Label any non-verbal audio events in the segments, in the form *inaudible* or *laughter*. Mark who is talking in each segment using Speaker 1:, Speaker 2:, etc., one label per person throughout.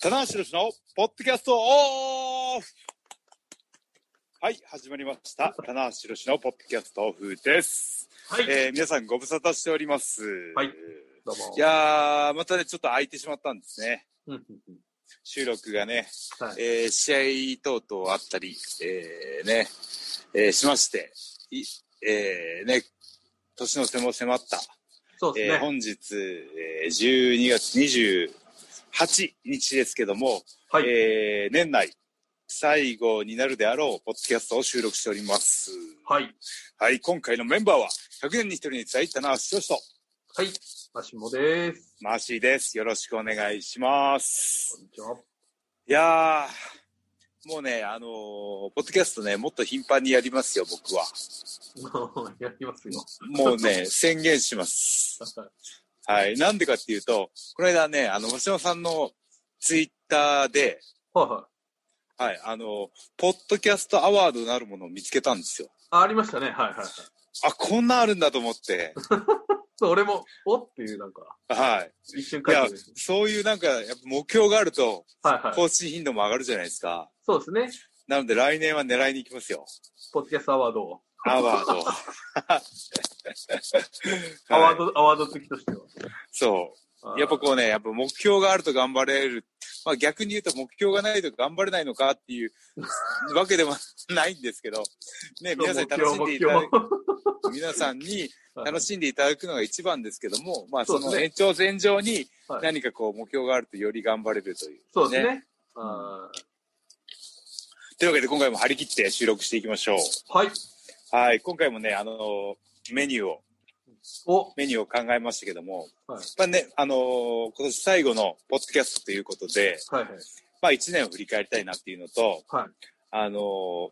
Speaker 1: 棚橋宏のポッドキャストオフはい、始まりました。棚橋宏のポッドキャストオフです。
Speaker 2: はい、
Speaker 1: えー皆さんご無沙汰しております。
Speaker 2: はいどうも。
Speaker 1: いやー、またね、ちょっと空いてしまったんですね。
Speaker 2: うんうんうん
Speaker 1: 収録がね、
Speaker 2: はい
Speaker 1: えー試合等々あったり、えーね、えーしまして、いえーね、年の瀬も迫った、
Speaker 2: そうです
Speaker 1: えー
Speaker 2: ね。
Speaker 1: 本日、えー12月28日ですけども、
Speaker 2: はい、
Speaker 1: えー年内最後になるであろうポッドキャストを収録しております。
Speaker 2: はい、
Speaker 1: はい、今回のメンバーは、100年に一人に伝えたな、視聴者と、
Speaker 2: はい、マシモです。
Speaker 1: マーシーです。よろしくお願いしま
Speaker 2: こ
Speaker 1: す。
Speaker 2: んにちは。
Speaker 1: いやー、もうね、あのーポッドキャストね、もっと頻繁にやりますよ、僕は。
Speaker 2: やりますよ。
Speaker 1: もうね、宣言します。はい、なんでかっていうと、この間ね、あの、星野さんのツイッターで、
Speaker 2: はいはい。
Speaker 1: はい、あの、ポッドキャストアワードなるものを見つけたんですよ。
Speaker 2: あ、ありましたね。はいはいはい。
Speaker 1: あ、こんなんあるんだと思って。
Speaker 2: そう、俺も、おっていう、なんか、
Speaker 1: はい。
Speaker 2: 一瞬
Speaker 1: い
Speaker 2: 書い
Speaker 1: や
Speaker 2: てる。、
Speaker 1: そういうなんか、やっぱ目標があると、
Speaker 2: はいはい。
Speaker 1: 更新頻度も上がるじゃないですか。
Speaker 2: そうですね。
Speaker 1: なので来年は狙いに行きますよ。
Speaker 2: ポッドキャストアワードを。
Speaker 1: アワード。はい
Speaker 2: *laughs* アワード、アワード好きとして
Speaker 1: そ
Speaker 2: は。
Speaker 1: う。やっぱこうね、やっぱ目標があると頑張れる。まあ逆に言うと目標がないと頑張れないのかっていうわけでもないんですけど、ね、皆さんに楽しんでいただ
Speaker 2: 目標目
Speaker 1: く、皆さんに
Speaker 2: 標
Speaker 1: 楽しんでいただくのが一番ですけども、まあそ
Speaker 2: そう
Speaker 1: の
Speaker 2: ですね
Speaker 1: 延長線上に
Speaker 2: はい
Speaker 1: 何かこう目標があるとより頑張れるという。
Speaker 2: そうですね。あ
Speaker 1: というわけで今回も張り切って収録していきましょう。
Speaker 2: ーはい。
Speaker 1: はい、今回もね、あのーメニューを、
Speaker 2: お、
Speaker 1: メニューを考えましたけども、
Speaker 2: は
Speaker 1: や
Speaker 2: い
Speaker 1: っぱね、あのー今年最後のポッドキャストということで、
Speaker 2: はいはい。
Speaker 1: まあ1年を振り返りたいなっていうのと、
Speaker 2: はい
Speaker 1: あのー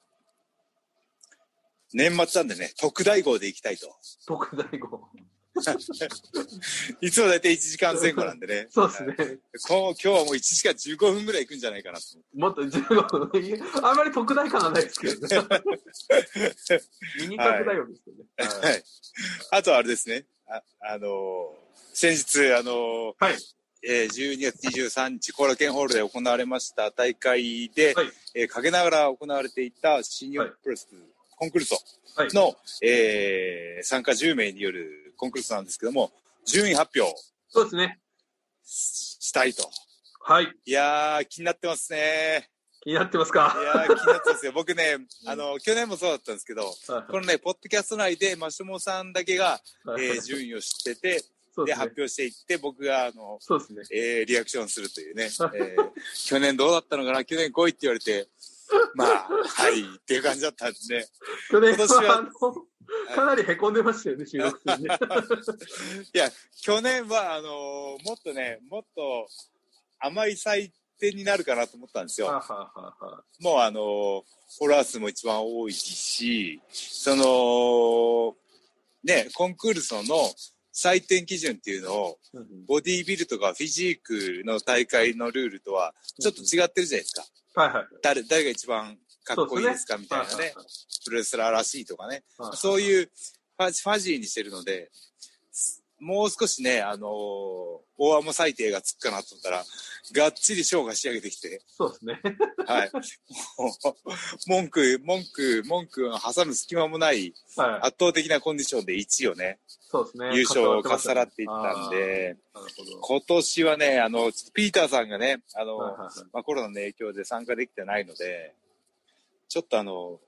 Speaker 1: 年末なんでね、特大号で行きたいと。
Speaker 2: 特大号。。
Speaker 1: いつも大体1時間前後なんでね
Speaker 2: そうですね。
Speaker 1: こう今日はもう1時間15分ぐらい行くんじゃないかなと思
Speaker 2: もっと15分。いやあんまり特大感はないですけ
Speaker 1: *laughs*
Speaker 2: どね。ミニ拡大音ですけどね。
Speaker 1: って。はい。あとはあれですね、あ、あのー先日、あのー
Speaker 2: はい。
Speaker 1: えー12月23日、後楽園ホールで行われました大会で、
Speaker 2: はい
Speaker 1: えー陰ながら行われていた新日本プロレス、コンクルーソ
Speaker 2: はい。
Speaker 1: の、えー参加10名によるコンクルーソなんですけども、順位発表
Speaker 2: そうですね。
Speaker 1: したいと。
Speaker 2: はい。
Speaker 1: いやー、気になってますね。
Speaker 2: 気になってます
Speaker 1: い
Speaker 2: か
Speaker 1: やー、気になってますよ。 *laughs* 僕ね、あの、去年もそうだったんですけど、
Speaker 2: はい
Speaker 1: このね、ポッドキャスト内で、マシュモさんだけが、
Speaker 2: はい *laughs*
Speaker 1: えー順位を知ってて、
Speaker 2: そう
Speaker 1: で、
Speaker 2: です
Speaker 1: 発
Speaker 2: ね。
Speaker 1: 表していって、僕が、あの、
Speaker 2: そうですね。
Speaker 1: えーリアクションすると
Speaker 2: *laughs*
Speaker 1: いうね、えー去年どうだったのかな去年来いって言われて、まあ、はい、っていう感じだったんですね。
Speaker 2: 去年
Speaker 1: 今年は
Speaker 2: は、あの、かなり凹んでましたよね、収録中にね。
Speaker 1: いや、去年は、あのーもっとね、もっと甘い採点になるかなと思ったんです
Speaker 2: はあ
Speaker 1: よ。
Speaker 2: はあはあは
Speaker 1: もう、あのーフォロワー数も一番多いし、その、ね、コンクールソンの採点基準っていうのを、
Speaker 2: あうんうん
Speaker 1: ボディービルとかフィジークの大会のルールとは、ちょっと違ってるじゃないですか。
Speaker 2: はいはい。
Speaker 1: 誰誰が一番かっこいいですかみたい
Speaker 2: は
Speaker 1: なね、プロレスラーらしいとかね、
Speaker 2: は
Speaker 1: そういうファジファジーにしてるので、もう少しね、あのー大アも最低がつくかなと思ったら、がっちりショーが仕上げてきて、
Speaker 2: そうですね。
Speaker 1: はい、 *laughs* もう文句、文句、文句を挟む隙間もない
Speaker 2: はい。
Speaker 1: 圧倒的なコンディションで1位をね、
Speaker 2: そうですね。
Speaker 1: 優勝を重なっていっ
Speaker 2: 重な
Speaker 1: たん
Speaker 2: ましたね。
Speaker 1: で、
Speaker 2: あーなるほど。
Speaker 1: 今年はね、あの、ちょっとピーターさんがね、あのー
Speaker 2: はいはいはい
Speaker 1: まあ、コロナの影響で参加できてないので、ちょっとあの、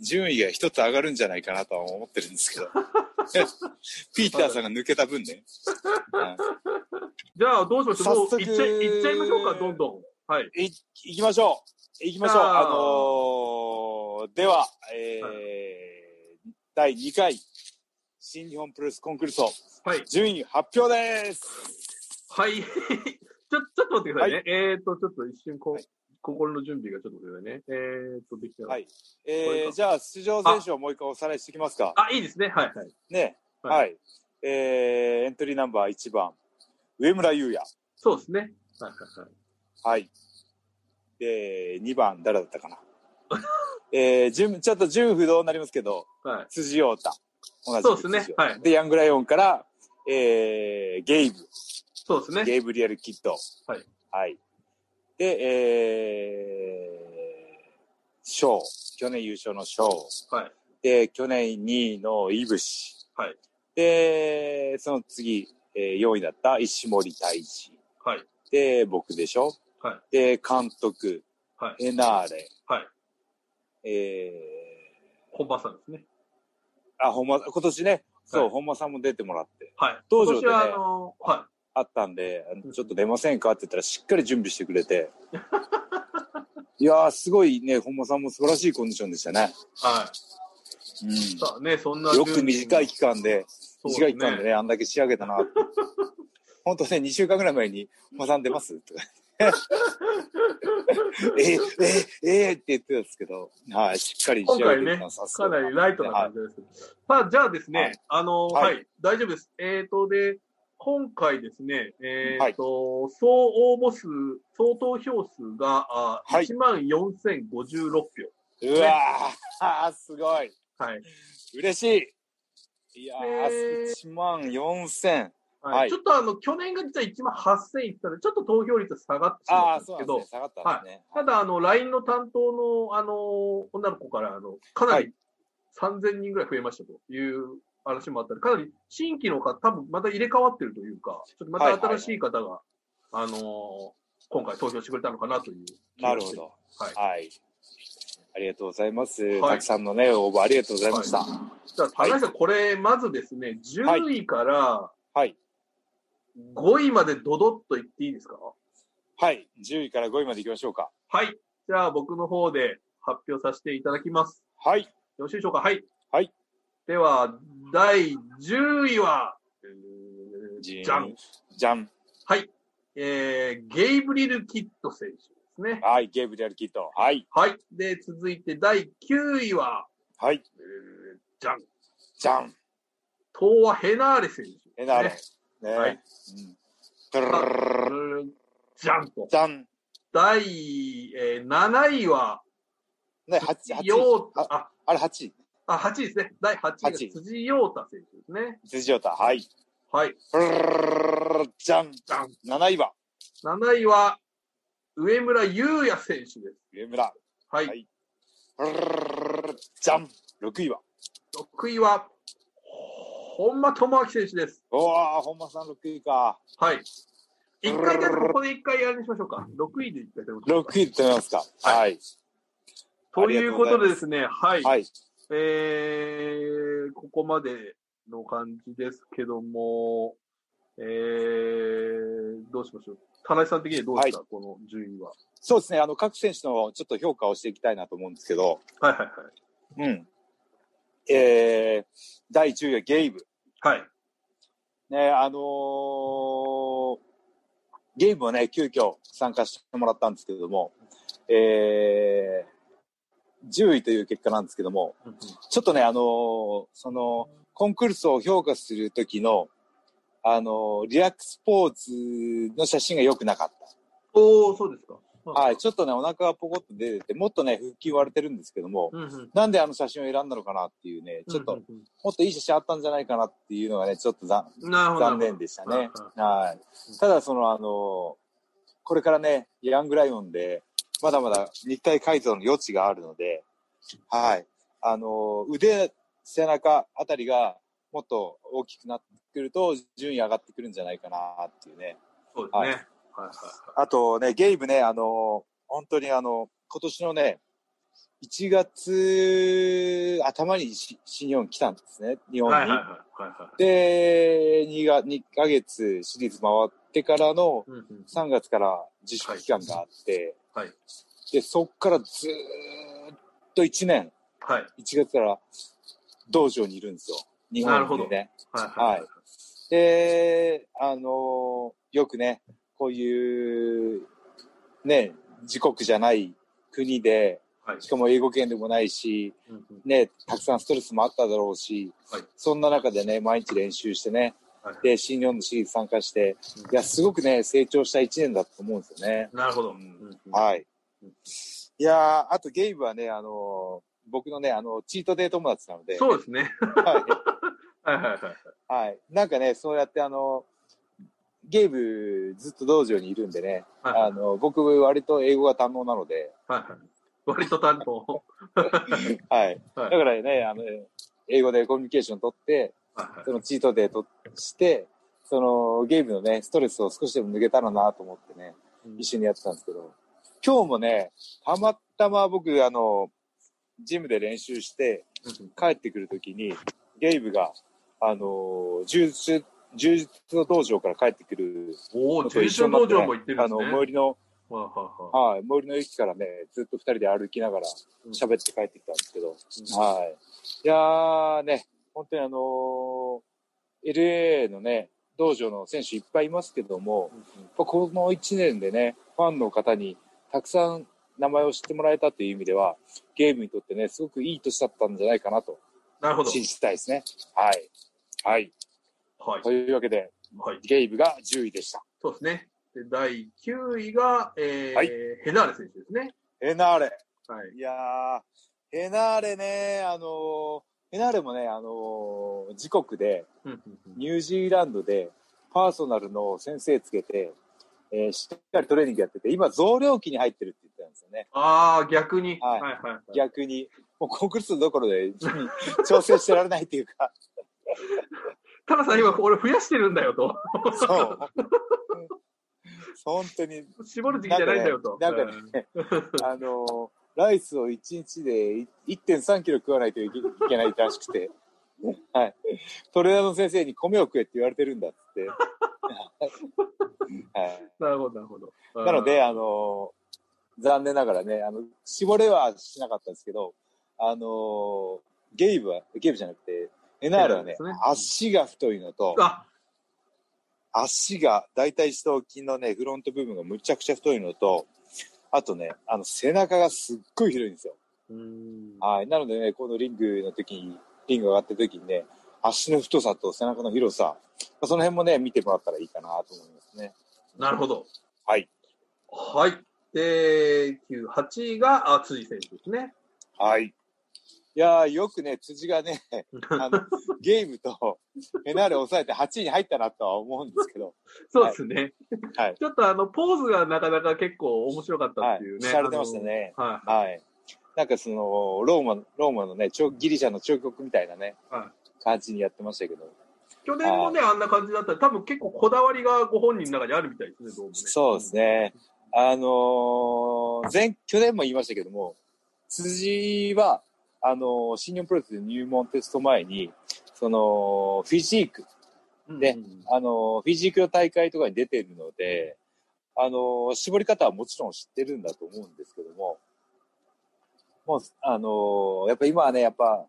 Speaker 1: 順位が一つ上がるんじゃないかなとは思ってるんです *laughs* けど、ピーターさんが抜けた分ね。は
Speaker 2: じゃあ、どうしましょう。もう
Speaker 1: 早速
Speaker 2: いっちゃい、いっちゃいましょうか、どんどん。はい。
Speaker 1: い、行きましょう行きましょう
Speaker 2: あ
Speaker 1: あ
Speaker 2: ー
Speaker 1: のーでは、えー
Speaker 2: は
Speaker 1: 第2回、新日本プロレスコンクルーソ
Speaker 2: はい。
Speaker 1: 順位発表です
Speaker 2: はい。 *laughs* ちょ、ちょっと待ってくださいね。えーと、ちょっと一瞬こ、
Speaker 1: はい
Speaker 2: 心の準備がちょっと待ってくださいね。えーと、できたら。
Speaker 1: はい
Speaker 2: これ
Speaker 1: えー
Speaker 2: か
Speaker 1: じゃあ、出場選手をもう一回おさらいしていきますか。
Speaker 2: あ、いいですね。はいはい。
Speaker 1: ね、は、
Speaker 2: はいい
Speaker 1: えーエントリーナンバー1番、上村優也。
Speaker 2: そうですね。はいはいはい。
Speaker 1: はい。で、2番、誰だったかな。 *laughs* えー、順ちょっと順不動になりますけど、
Speaker 2: はい。
Speaker 1: 辻陽太。同じく
Speaker 2: そうですね
Speaker 1: 辻陽太
Speaker 2: はい
Speaker 1: で、ヤングライオンから、えー、ゲイブ、
Speaker 2: そうですね。
Speaker 1: ゲイブリアル・キッド。
Speaker 2: はい。
Speaker 1: はい。で、えー、ショー。去年優勝のショー。
Speaker 2: はい。
Speaker 1: で、去年2位のイブシ。
Speaker 2: はい。
Speaker 1: で、その次、えー、4位だった石森大治。
Speaker 2: はい。
Speaker 1: で、僕でしょ
Speaker 2: は
Speaker 1: で、監督、
Speaker 2: はい。
Speaker 1: エナーレ。
Speaker 2: はい。
Speaker 1: え
Speaker 2: 本場さんですね。
Speaker 1: ー、あ、本間、今年ね、そう、
Speaker 2: はい
Speaker 1: 本間さんも出てもらって、
Speaker 2: はい。
Speaker 1: 道
Speaker 2: 今
Speaker 1: 場でね
Speaker 2: 年は、あのー、は
Speaker 1: あったんで、あ
Speaker 2: うん
Speaker 1: のちょっと出ませんかって言ったら、しっかり準備してくれ
Speaker 2: *laughs*
Speaker 1: て。いやー、すごいね、本間さんも素晴らしいコンディションでしたね。
Speaker 2: い。は
Speaker 1: うん
Speaker 2: い。さあね、そんな。
Speaker 1: よく短い期間で、
Speaker 2: そうす
Speaker 1: 短い期間でね、あんだけ仕上げ
Speaker 2: *laughs*
Speaker 1: たなって。本当ね、2週間ぐらい前に、まさん出
Speaker 2: *laughs*
Speaker 1: ますとか。えー、えー、えー、って言ってたんですけど、はい、しっかり仕
Speaker 2: 今
Speaker 1: 上
Speaker 2: 回
Speaker 1: げて
Speaker 2: ね
Speaker 1: きま、す
Speaker 2: かなりライトな感じですけど。さあ、じゃあですね、
Speaker 1: はい
Speaker 2: あのーは
Speaker 1: はい
Speaker 2: い、大丈夫です。えっ、と、で、今回ですね、えっ、と、総応募数、総投票数が、あ
Speaker 1: はい
Speaker 2: 1万4056票。
Speaker 1: うわー、すごい。
Speaker 2: はい。
Speaker 1: 嬉しい。いや
Speaker 2: ね
Speaker 1: ー、1万4000。
Speaker 2: はい
Speaker 1: はい
Speaker 2: ちょっとあの、去年が実は1万8000いってたので、ちょっと投票率下がってしま
Speaker 1: ああ、
Speaker 2: ったんです
Speaker 1: そうな
Speaker 2: け
Speaker 1: ん
Speaker 2: ど、
Speaker 1: ですね。下がったんですね。
Speaker 2: ただ、あの、LINE の担当の、あのー女の子から、あの、かなり3000人ぐらい増えましたという話もあったり、かなり新規の方、多分また入れ替わってるというか、ちょっとまた新しい方が、あのー今回投票してくれたのかなという気
Speaker 1: な
Speaker 2: が
Speaker 1: る
Speaker 2: し
Speaker 1: ほ
Speaker 2: て。
Speaker 1: ど。
Speaker 2: はい
Speaker 1: はい。ありがとうございます。
Speaker 2: はい
Speaker 1: たくさんのね、応募ありがとうございました。は
Speaker 2: じゃあ、高橋さん、これ、まずですね、10位から
Speaker 1: い。はい。
Speaker 2: 5位までドドッといっていいですか
Speaker 1: 10位から5位まで行きましょうか。
Speaker 2: はい。じゃあ、僕の方で発表させていただきます。
Speaker 1: はい。
Speaker 2: よろしいでしょうかはい。
Speaker 1: はい。
Speaker 2: では、第10位は、えー
Speaker 1: じ
Speaker 2: じゃん。。
Speaker 1: じゃん。
Speaker 2: はい。えー、ゲイブリル・キッド選手ですね。
Speaker 1: はい。ゲーブリアルキット。はい。
Speaker 2: はい。で、続いて第9位は、
Speaker 1: はい。
Speaker 2: えー、じゃん。
Speaker 1: じゃん。
Speaker 2: 東亜ヘナーレ選手、ですね
Speaker 1: えなれ。ね。
Speaker 2: は
Speaker 1: はいい。トゥルルルルルルル
Speaker 2: うーんじゃんと。
Speaker 1: じゃん。
Speaker 2: 第、えー、7位は、
Speaker 1: ね、八八。
Speaker 2: 陽
Speaker 1: あ
Speaker 2: あ、
Speaker 1: あれ、八。
Speaker 2: あ、8位ですね。第8位が
Speaker 1: 八位
Speaker 2: 辻陽太選手ですね。
Speaker 1: 辻太。はい。
Speaker 2: はい。
Speaker 1: トゥルルルルルルじゃん。
Speaker 2: じゃん。
Speaker 1: 7位は、
Speaker 2: 7位は、上村優也選手です。
Speaker 1: 上村。
Speaker 2: はい。
Speaker 1: はいトゥルルルルルルルじゃん。6位は、
Speaker 2: 6位は、本間智明選手です。
Speaker 1: おお、本間さん6位か。
Speaker 2: はい。一回じゃあここで一回やりにしましょうか。6位で一回やりましょうか
Speaker 1: 6位って言いますか。
Speaker 2: は
Speaker 1: はい。
Speaker 2: ということでですね、はい。
Speaker 1: はい。
Speaker 2: えー、ここまでの感じですけども、えー、どうしましょう。田中さん的にはどうですか、この順位は。
Speaker 1: そうですね。あの、各選手のちょっと評価をしていきたいなと思うんですけど、
Speaker 2: はいはい
Speaker 1: うん。えー、第10位はゲイブ。
Speaker 2: はい。はい。
Speaker 1: ね、あのーゲイブもね、急遽参加してもらったんですけれども、えー、10位という結果なんですけども、
Speaker 2: うんうん
Speaker 1: ちょっとね、あのーその、コンクルールを評価するときの、あのーリラックスポーズの写真が良くなかった。
Speaker 2: おー、そうですか。。
Speaker 1: はいい、ちょっとね、お腹がポコッと出てて、もっとね、腹筋割れてるんですけども、
Speaker 2: うんうん、
Speaker 1: なんであの写真を選んだのかなっていうね、ちょっと、
Speaker 2: うんうん
Speaker 1: もっといい写真あったんじゃないかなっていうのがね、ちょっとざ
Speaker 2: うん。なるほど。
Speaker 1: 残念でしたね。
Speaker 2: う
Speaker 1: は
Speaker 2: ん
Speaker 1: い。ただ、その、あの、これからね、ヤングライオンで、まだまだ肉体改造の余地があるので、はい。あの、腕、背中あたりがもっと大きくなってくると、順位上がってくるんじゃないかなっていうね。
Speaker 2: そうですね。は
Speaker 1: はいい
Speaker 2: はいはい。
Speaker 1: あとね、ゲイブね、あの、本当にあの、今年のね、1月頭にし新日本来たんですね、日本に。
Speaker 2: はいはいはいはいはい。
Speaker 1: で、2が、2ヶ月シリーズ回ってからの
Speaker 2: うんうん
Speaker 1: 3月から自粛期間があって、
Speaker 2: はい。
Speaker 1: で、そっからずーっと1年、
Speaker 2: はい。
Speaker 1: 1月から道場にいるんですよ。日
Speaker 2: なるほ
Speaker 1: 本
Speaker 2: ど
Speaker 1: にね。
Speaker 2: はい。はい。
Speaker 1: で、あのーよくね、こういう、ね、自国じゃない国で、
Speaker 2: はい。
Speaker 1: しかも英語圏でもないし、
Speaker 2: うんうん
Speaker 1: ね、たくさんストレスもあっただろうし、
Speaker 2: はい
Speaker 1: そんな中でね、毎日練習してね、
Speaker 2: はい
Speaker 1: で、新日本のシリーズ参加して、いや、すごくね、成長した1年だと思うんですよね。
Speaker 2: なるほど。
Speaker 1: う
Speaker 2: うん
Speaker 1: ん
Speaker 2: うん
Speaker 1: はい
Speaker 2: うん。
Speaker 1: いやー、あとゲイブはね、あのー僕のね、あの、チートデー友達なので、
Speaker 2: そうですね。
Speaker 1: はい。
Speaker 2: はいはいはい。
Speaker 1: はい。なんかね、そうやってあの、ゲームずっと道場にいるんでね、
Speaker 2: はい
Speaker 1: あの僕割と英語が堪能なので、
Speaker 2: はいはい。割と担当。は
Speaker 1: はい、だ
Speaker 2: い
Speaker 1: からねあの英語でコミュニケーション取って
Speaker 2: はい
Speaker 1: そのチートデーとしてそのゲームのねストレスを少しでも抜けたらなと思ってね
Speaker 2: うん
Speaker 1: 一緒にやってたんですけど今日もねたまたま僕あのジムで練習して
Speaker 2: うん
Speaker 1: 帰ってくるときにゲイブがあの柔術柔術の道場から帰ってくる
Speaker 2: おお、
Speaker 1: のと
Speaker 2: 中
Speaker 1: 一緒
Speaker 2: 小
Speaker 1: になってね
Speaker 2: 道場も行ってるん
Speaker 1: あ
Speaker 2: です
Speaker 1: の
Speaker 2: ね。
Speaker 1: 最寄りの
Speaker 2: はいはいは
Speaker 1: はい、森の駅からね、ずっと二人で歩きながら
Speaker 2: うん
Speaker 1: 喋って帰ってきたんですけど、
Speaker 2: い
Speaker 1: はい。いやーね、本当にあのー LA のね、道場の選手いっぱいいますけども、
Speaker 2: うんうん
Speaker 1: やっぱこの1年でね、ファンの方にたくさん名前を知ってもらえたという意味では、ゲームにとってね、すごくいい年だったんじゃないかなと
Speaker 2: なるほど。
Speaker 1: 信じたいですね。はい。はい。
Speaker 2: はい。
Speaker 1: というわけで、
Speaker 2: はい。
Speaker 1: ゲイブが10位でした。
Speaker 2: そうですね。で第9位が、えー
Speaker 1: はい
Speaker 2: ヘナーレ選手ですね。
Speaker 1: えなあれ。
Speaker 2: はい。
Speaker 1: いやー、ヘナーレね、あのー、ヘナーレもね、あのー、自国で、
Speaker 2: うんうんうん
Speaker 1: ニュージーランドで、パーソナルの先生つけて、えーしっかりトレーニングやってて、今、増量期に入ってるって言ってたんですよね。
Speaker 2: ああ、逆に。は
Speaker 1: はいい
Speaker 2: はいはい。
Speaker 1: 逆に。もう、コンクルスどころで、 *laughs* 調整してられないっていう *laughs* か、
Speaker 2: タナさん、今、俺増やしてるんだよと。
Speaker 1: そう。本当に、
Speaker 2: 絞る時期じゃないんだよと。
Speaker 1: なんかね
Speaker 2: うん
Speaker 1: あのーライスを1日で1.3キロ食わないといけないらしくて、はい、トレーナーの先生に米を食えって言われてるんだっつって、はい
Speaker 2: なるほど、なるほど。うん
Speaker 1: なので、、あのー残念ながらねあの絞れはしなかったんですけど、あのーゲイブはゲイブじゃなくてエナールはね
Speaker 2: そうですね
Speaker 1: 足が太いのと
Speaker 2: あ
Speaker 1: 足が大腿四頭筋のねフロント部分がむちゃくちゃ太いのとあとねあの背中がすっごい広いんですよ。
Speaker 2: うーん
Speaker 1: はい。なのでね、このリングの時に、リング上がってる時にね、足の太さと背中の広さ、まあその辺もね、見てもらったらいいかなと思いますね。
Speaker 2: なるほど。
Speaker 1: はい。
Speaker 2: はい。で、9、8位が、あ、辻選手ですね。
Speaker 1: はい。いやー、よくね、辻が
Speaker 2: *laughs*
Speaker 1: ね、あの、ゲームとペナール抑えて8位に入ったなとは思うんですけ
Speaker 2: *laughs*
Speaker 1: ど、
Speaker 2: そうですね。
Speaker 1: はい
Speaker 2: ちょっとあの、ポーズがなかなか結構面白かったっていうね。
Speaker 1: はいされてましたね
Speaker 2: あの。はい。
Speaker 1: はい。なんかその、ローマ、ローマのね、彫ギリシャの彫刻みたいなね、
Speaker 2: は
Speaker 1: 感じにやってましたけど、
Speaker 2: 去年もね、あんな感じだったら、多分結構こだわりがご本人の中にあるみたいですね、どうもね。
Speaker 1: そうですね。あのー前、去年も言いましたけども、辻は、あのー新日本プロレスで入門テスト前に、その、フィジーク、
Speaker 2: うん。
Speaker 1: ねあのーフィジークの大会とかに出てるので、あのー絞り方はもちろん知ってるんだと思うんですけども、もう、あのーやっぱ今はね、やっぱ、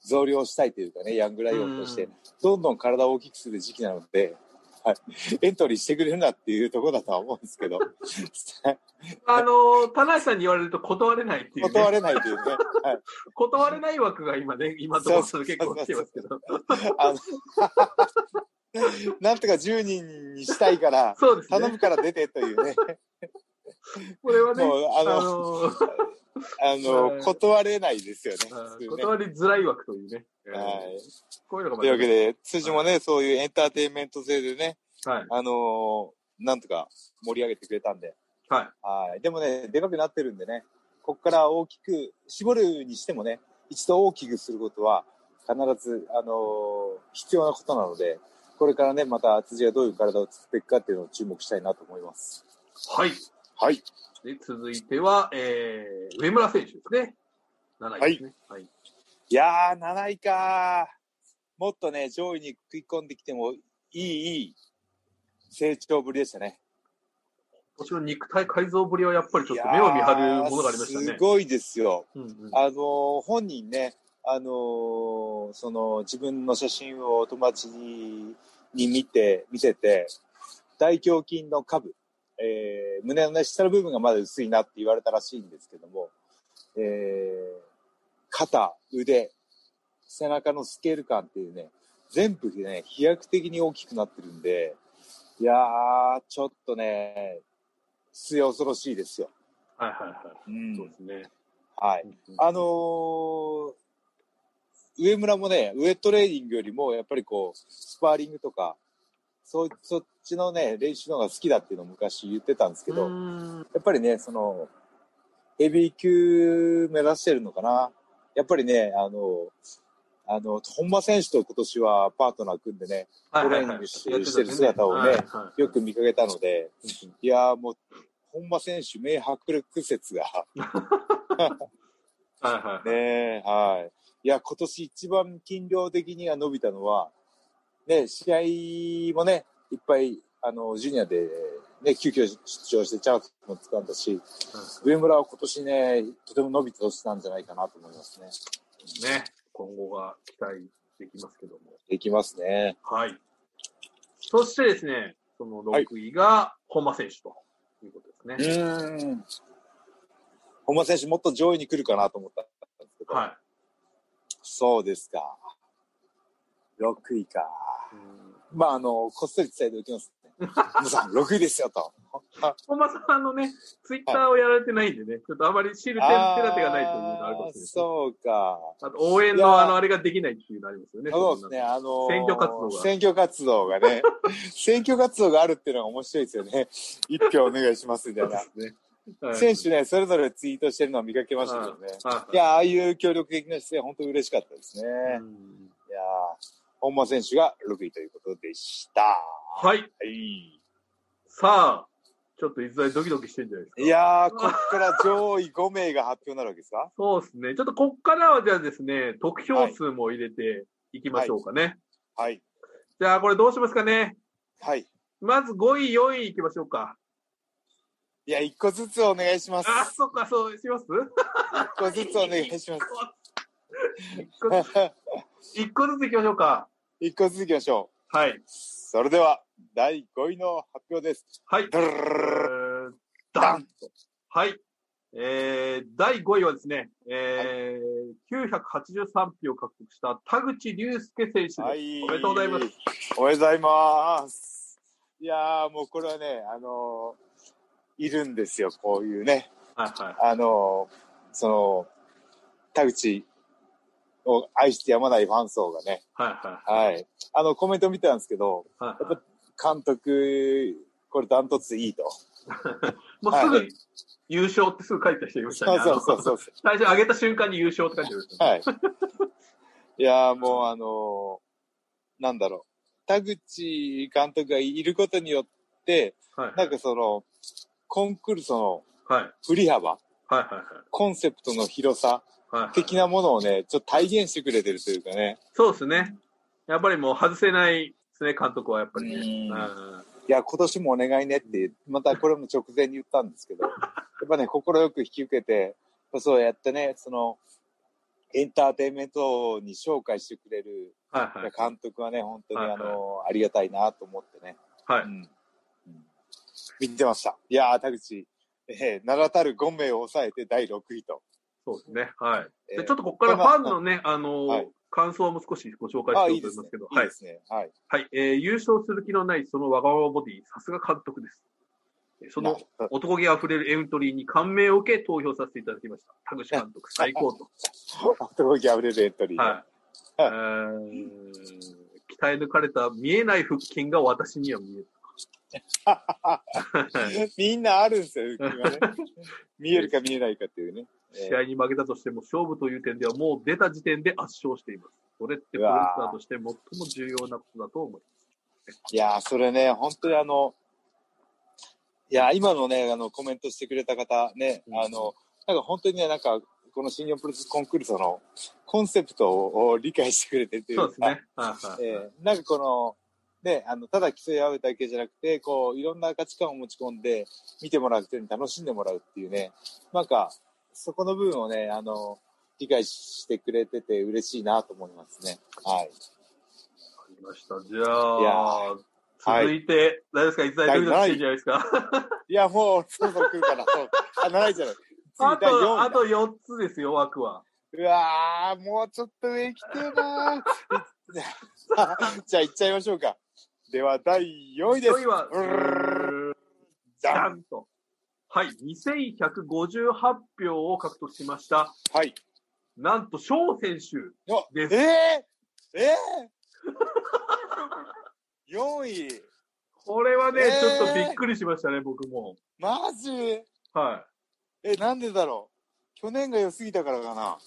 Speaker 1: 増量したいというかね、ヤングライオンとして、どんどん体を大きくする時期なので、はい、エントリーしてくれるなっていうところだとは思うんですけど、
Speaker 2: あの、田中さんに言われると断れないっていう、ね。
Speaker 1: 断れないというね、はい、
Speaker 2: 断れない枠が今ね、今のところそれ結構来てますけど。
Speaker 1: あのなんとか10人にしたいから、
Speaker 2: そうです
Speaker 1: 頼
Speaker 2: ね。
Speaker 1: むから出てという *laughs* ね、
Speaker 2: これはね、
Speaker 1: もう
Speaker 2: あ
Speaker 1: あの *laughs*
Speaker 2: の
Speaker 1: あの、
Speaker 2: はい
Speaker 1: 断れないですよね。普通ね
Speaker 2: 断りづらい枠というね。
Speaker 1: はい
Speaker 2: こういうのがま
Speaker 1: というわけで、辻もね、そういうエンターテインメント性でね、
Speaker 2: たはい。
Speaker 1: あのーなんとか盛り上げてくれたんで、
Speaker 2: はい。
Speaker 1: はい。でもね、でかくなってるんでね、ここから大きく、絞るにしてもね、一度大きくすることは、必ず、あのー必要なことなので、これからね、また辻がどういう体を作っていくかっていうのを注目したいなと思います。
Speaker 2: はい。
Speaker 1: はい。
Speaker 2: で、続いては、えー、上村選手ですね。7位ですね。はい。
Speaker 1: いやー、7位かー。もっとね、上位に食い込んできてもいい、いい成長ぶりでしたね。
Speaker 2: もちろん肉体改造ぶりはやっぱりちょっと目を見張るものがありました
Speaker 1: いやー
Speaker 2: ね
Speaker 1: す。ごいですよ。
Speaker 2: うんうん
Speaker 1: あのー本人ね、あのーその自分の写真を友達にに見て、見せて、大胸筋の下部、えー胸のね、下の部分がまだ薄いなって言われたらしいんですけども、えー肩、腕、背中のスケール感っていうね、全部ね、飛躍的に大きくなってるんで、いやー、ちょっとね、末恐ろしいですよ。
Speaker 2: はいはいは
Speaker 1: う
Speaker 2: い。そうんで。すね。
Speaker 1: はい。あのー上村もね、ウェットレーニングよりも、やっぱりこう、スパーリングとか、そそっちのね、練習の方が好きだっていうのを昔言ってたんですけど、や
Speaker 2: うーん
Speaker 1: っぱりね、その、ヘビー級目指してるのかな。やっぱりね、あの、あの、本間選手と今年はパートナー組んでね、
Speaker 2: はい
Speaker 1: ト
Speaker 2: は
Speaker 1: レ
Speaker 2: い
Speaker 1: ーニ
Speaker 2: は
Speaker 1: ン
Speaker 2: い
Speaker 1: グししてる姿をね
Speaker 2: はいはい
Speaker 1: よく見かけたので、いやーもう、本間選手、名迫力説が、
Speaker 2: はいはいはい。
Speaker 1: ねえはい。いや、今年一番筋量的には伸びたのは、ね、試合もね、いっぱい、あの、ジュニアで、ね、急遽出場してチャンスも掴んだし、上村は今年ね、とても伸びた年なんじゃないかなと思いますね。
Speaker 2: ね、今後が期待できますけども。
Speaker 1: できますね。
Speaker 2: はい。そしてですね、その6位が本間選手ということですね
Speaker 1: う。ーん。本間選手もっと上位に来るかなと思ったんですけど、
Speaker 2: は
Speaker 1: そうですか。6位か。
Speaker 2: い。うん
Speaker 1: まあ、あの、こっそり伝えておきます *laughs* ね。皆さん、6位ですよと。
Speaker 2: 本間さんのね、ツイッターをやられてないんでね、ちょっとあまり知る手手立てがないというのがあるかもしれないですね。
Speaker 1: そうか。
Speaker 2: あと応援
Speaker 1: いや
Speaker 2: の
Speaker 1: ー
Speaker 2: あの、あれができないっていうのありますよね。
Speaker 1: そうですね、あのー
Speaker 2: 選挙活動が
Speaker 1: 選挙活動がね、 *laughs* 選挙活動があるっていうのが面白いですよね。 *laughs* 一票お願いしますみたいな。
Speaker 2: そんなの。はい
Speaker 1: 選手ね、それぞれツイートしてるのを見かけましたけどね。
Speaker 2: はい
Speaker 1: や、ああいう協力的な姿勢、本当嬉しかったですね。
Speaker 2: い
Speaker 1: いやー本間選手が6位ということでした。は
Speaker 2: はい。
Speaker 1: い。
Speaker 2: さあ、ちょっと逸材ドキドキしてるんじゃないですか。
Speaker 1: いやー、こっから上位5名が発表になるわけですか
Speaker 2: そうですね。ちょっとこっからはじゃあですね、得票数も入れていきましょうかね。
Speaker 1: はい。
Speaker 2: じゃあこれどうしますかね。
Speaker 1: はい。
Speaker 2: まず5位、4位いきましょうか。
Speaker 1: いや、1個ずつお願いします。
Speaker 2: あ、そっか、そうします
Speaker 1: 1個ずつお願いしま
Speaker 2: 一個ず
Speaker 1: す。
Speaker 2: つ一個ずついきましょうか。
Speaker 1: 一個ずつ行きましょう。
Speaker 2: はい。
Speaker 1: それでは、第5位の発表です。
Speaker 2: はい。
Speaker 1: ドゥルルルルル
Speaker 2: ダンはい。えー、第5位はですね、えー983票を獲得した田口竜介選手です。
Speaker 1: はい。
Speaker 2: おめでとうございま
Speaker 1: お
Speaker 2: す。。
Speaker 1: めでとうございます。いやー、もうこれはね、あのーいるんですよ、こういうね。
Speaker 2: はいはい。
Speaker 1: あのーその、田口を愛してやまないファン層がね。
Speaker 2: はいは
Speaker 1: はい。あの、コメント見てたんですけど、
Speaker 2: い。はいはい
Speaker 1: 監督、これダントツいいと。
Speaker 2: もうすぐ優勝ってすぐ書いてた人いました
Speaker 1: そ
Speaker 2: ね
Speaker 1: う。 *laughs* そうそう
Speaker 2: う。
Speaker 1: そう。
Speaker 2: 最初上げた瞬間に優勝って書いてましたね。 *laughs*
Speaker 1: はい。いやーもうあのーなんだろう。田口監督がいることによって、
Speaker 2: はいは
Speaker 1: ないんかその、コンクルールその
Speaker 2: はい
Speaker 1: 振り幅、
Speaker 2: はい
Speaker 1: コンセプトの広さ
Speaker 2: はいはい。
Speaker 1: 的なものをね、ちょっと体現してくれてるというかね。
Speaker 2: そうですね。やっぱりもう外せないですね、監督はやっぱりね。
Speaker 1: うん
Speaker 2: うん
Speaker 1: いや、今年もお願いねって、またこれも直前に言ったんですけど、やっぱね、心よく引き受けて、そうやってね、その、エンターテインメントに紹介してくれる
Speaker 2: はいはい。
Speaker 1: 監督はね、本当に
Speaker 2: はいはい
Speaker 1: あの、ありがたいなと思ってね。う
Speaker 2: はい。
Speaker 1: んうん見てました。いやー、田口、えー名だたる5名を抑えて第6位と。
Speaker 2: そうですね。はい。
Speaker 1: えー
Speaker 2: でちょっとここからファンのね、あのー
Speaker 1: はい
Speaker 2: 感想も少しご紹介
Speaker 1: あー
Speaker 2: し
Speaker 1: い
Speaker 2: よ
Speaker 1: ういですね
Speaker 2: と思いますけ
Speaker 1: い
Speaker 2: ど、。
Speaker 1: い
Speaker 2: はい
Speaker 1: で。すね。はい。
Speaker 2: はい、えー優勝する気のないそのわがままボディ、さすが監督です。えーその
Speaker 1: な
Speaker 2: 男気あふれるエントリーに感銘を受け投票させていただきました。田口監督、最高と。
Speaker 1: 男気あふれるエントリー。
Speaker 2: はい。えー鍛え抜かれた見えない腹筋が私には見える。
Speaker 1: *laughs* みんなあるんですよ、腹筋
Speaker 2: *laughs*
Speaker 1: はね見えるか見えないかっていうね。え
Speaker 2: 試合に負けたとしても勝負という点ではもう出た時点で圧勝しています。それってプロレスラーとして最も重要なことだと思い
Speaker 1: ーいやー、それね、本当にあの、いやー、今のね、あの、コメントしてくれた方ね、
Speaker 2: うん
Speaker 1: あの、なんか本当にね、なんか、この新日本プロレスコンクールその、コンセプトをを理解してくれてるとい
Speaker 2: ます。
Speaker 1: う
Speaker 2: そ
Speaker 1: か
Speaker 2: うです、ね。はいはい
Speaker 1: えーなんかこの、ね、あの、ただ競い合うだけじゃなくて、こう、いろんな価値観を持ち込んで、見てもらう人に楽しんでもらうっていうね、なんか、そこの部分をね、あの、理解してくれてて嬉しいなと思いますね。はい。
Speaker 2: わかりました。じゃあ、
Speaker 1: いやー
Speaker 2: 続いて、大丈夫ですか一大ドキドキしてるじゃないですか。
Speaker 1: いや、もう、そろそろ来るかな。そうあ、長いじゃない。次
Speaker 2: あ
Speaker 1: 第4
Speaker 2: と、あ
Speaker 1: 位だ
Speaker 2: と4つですよ、枠は。
Speaker 1: うわー、もうちょっと上来てー *laughs* なーじゃあ、行っちゃいましょうか。では、第4位です。
Speaker 2: 一人は、
Speaker 1: うー
Speaker 2: じ
Speaker 1: じ
Speaker 2: ゃ
Speaker 1: ゃ
Speaker 2: んと。はい、2158票を獲得しました。
Speaker 1: はい。
Speaker 2: なんと、翔選手。
Speaker 1: よ
Speaker 2: です
Speaker 1: えー、えー、4位 *laughs*
Speaker 2: これはね、
Speaker 1: えー
Speaker 2: ちょっとびっくりしましたね、僕も。
Speaker 1: マジ
Speaker 2: はい。
Speaker 1: え、なんでだろう去年が良すぎたからかな。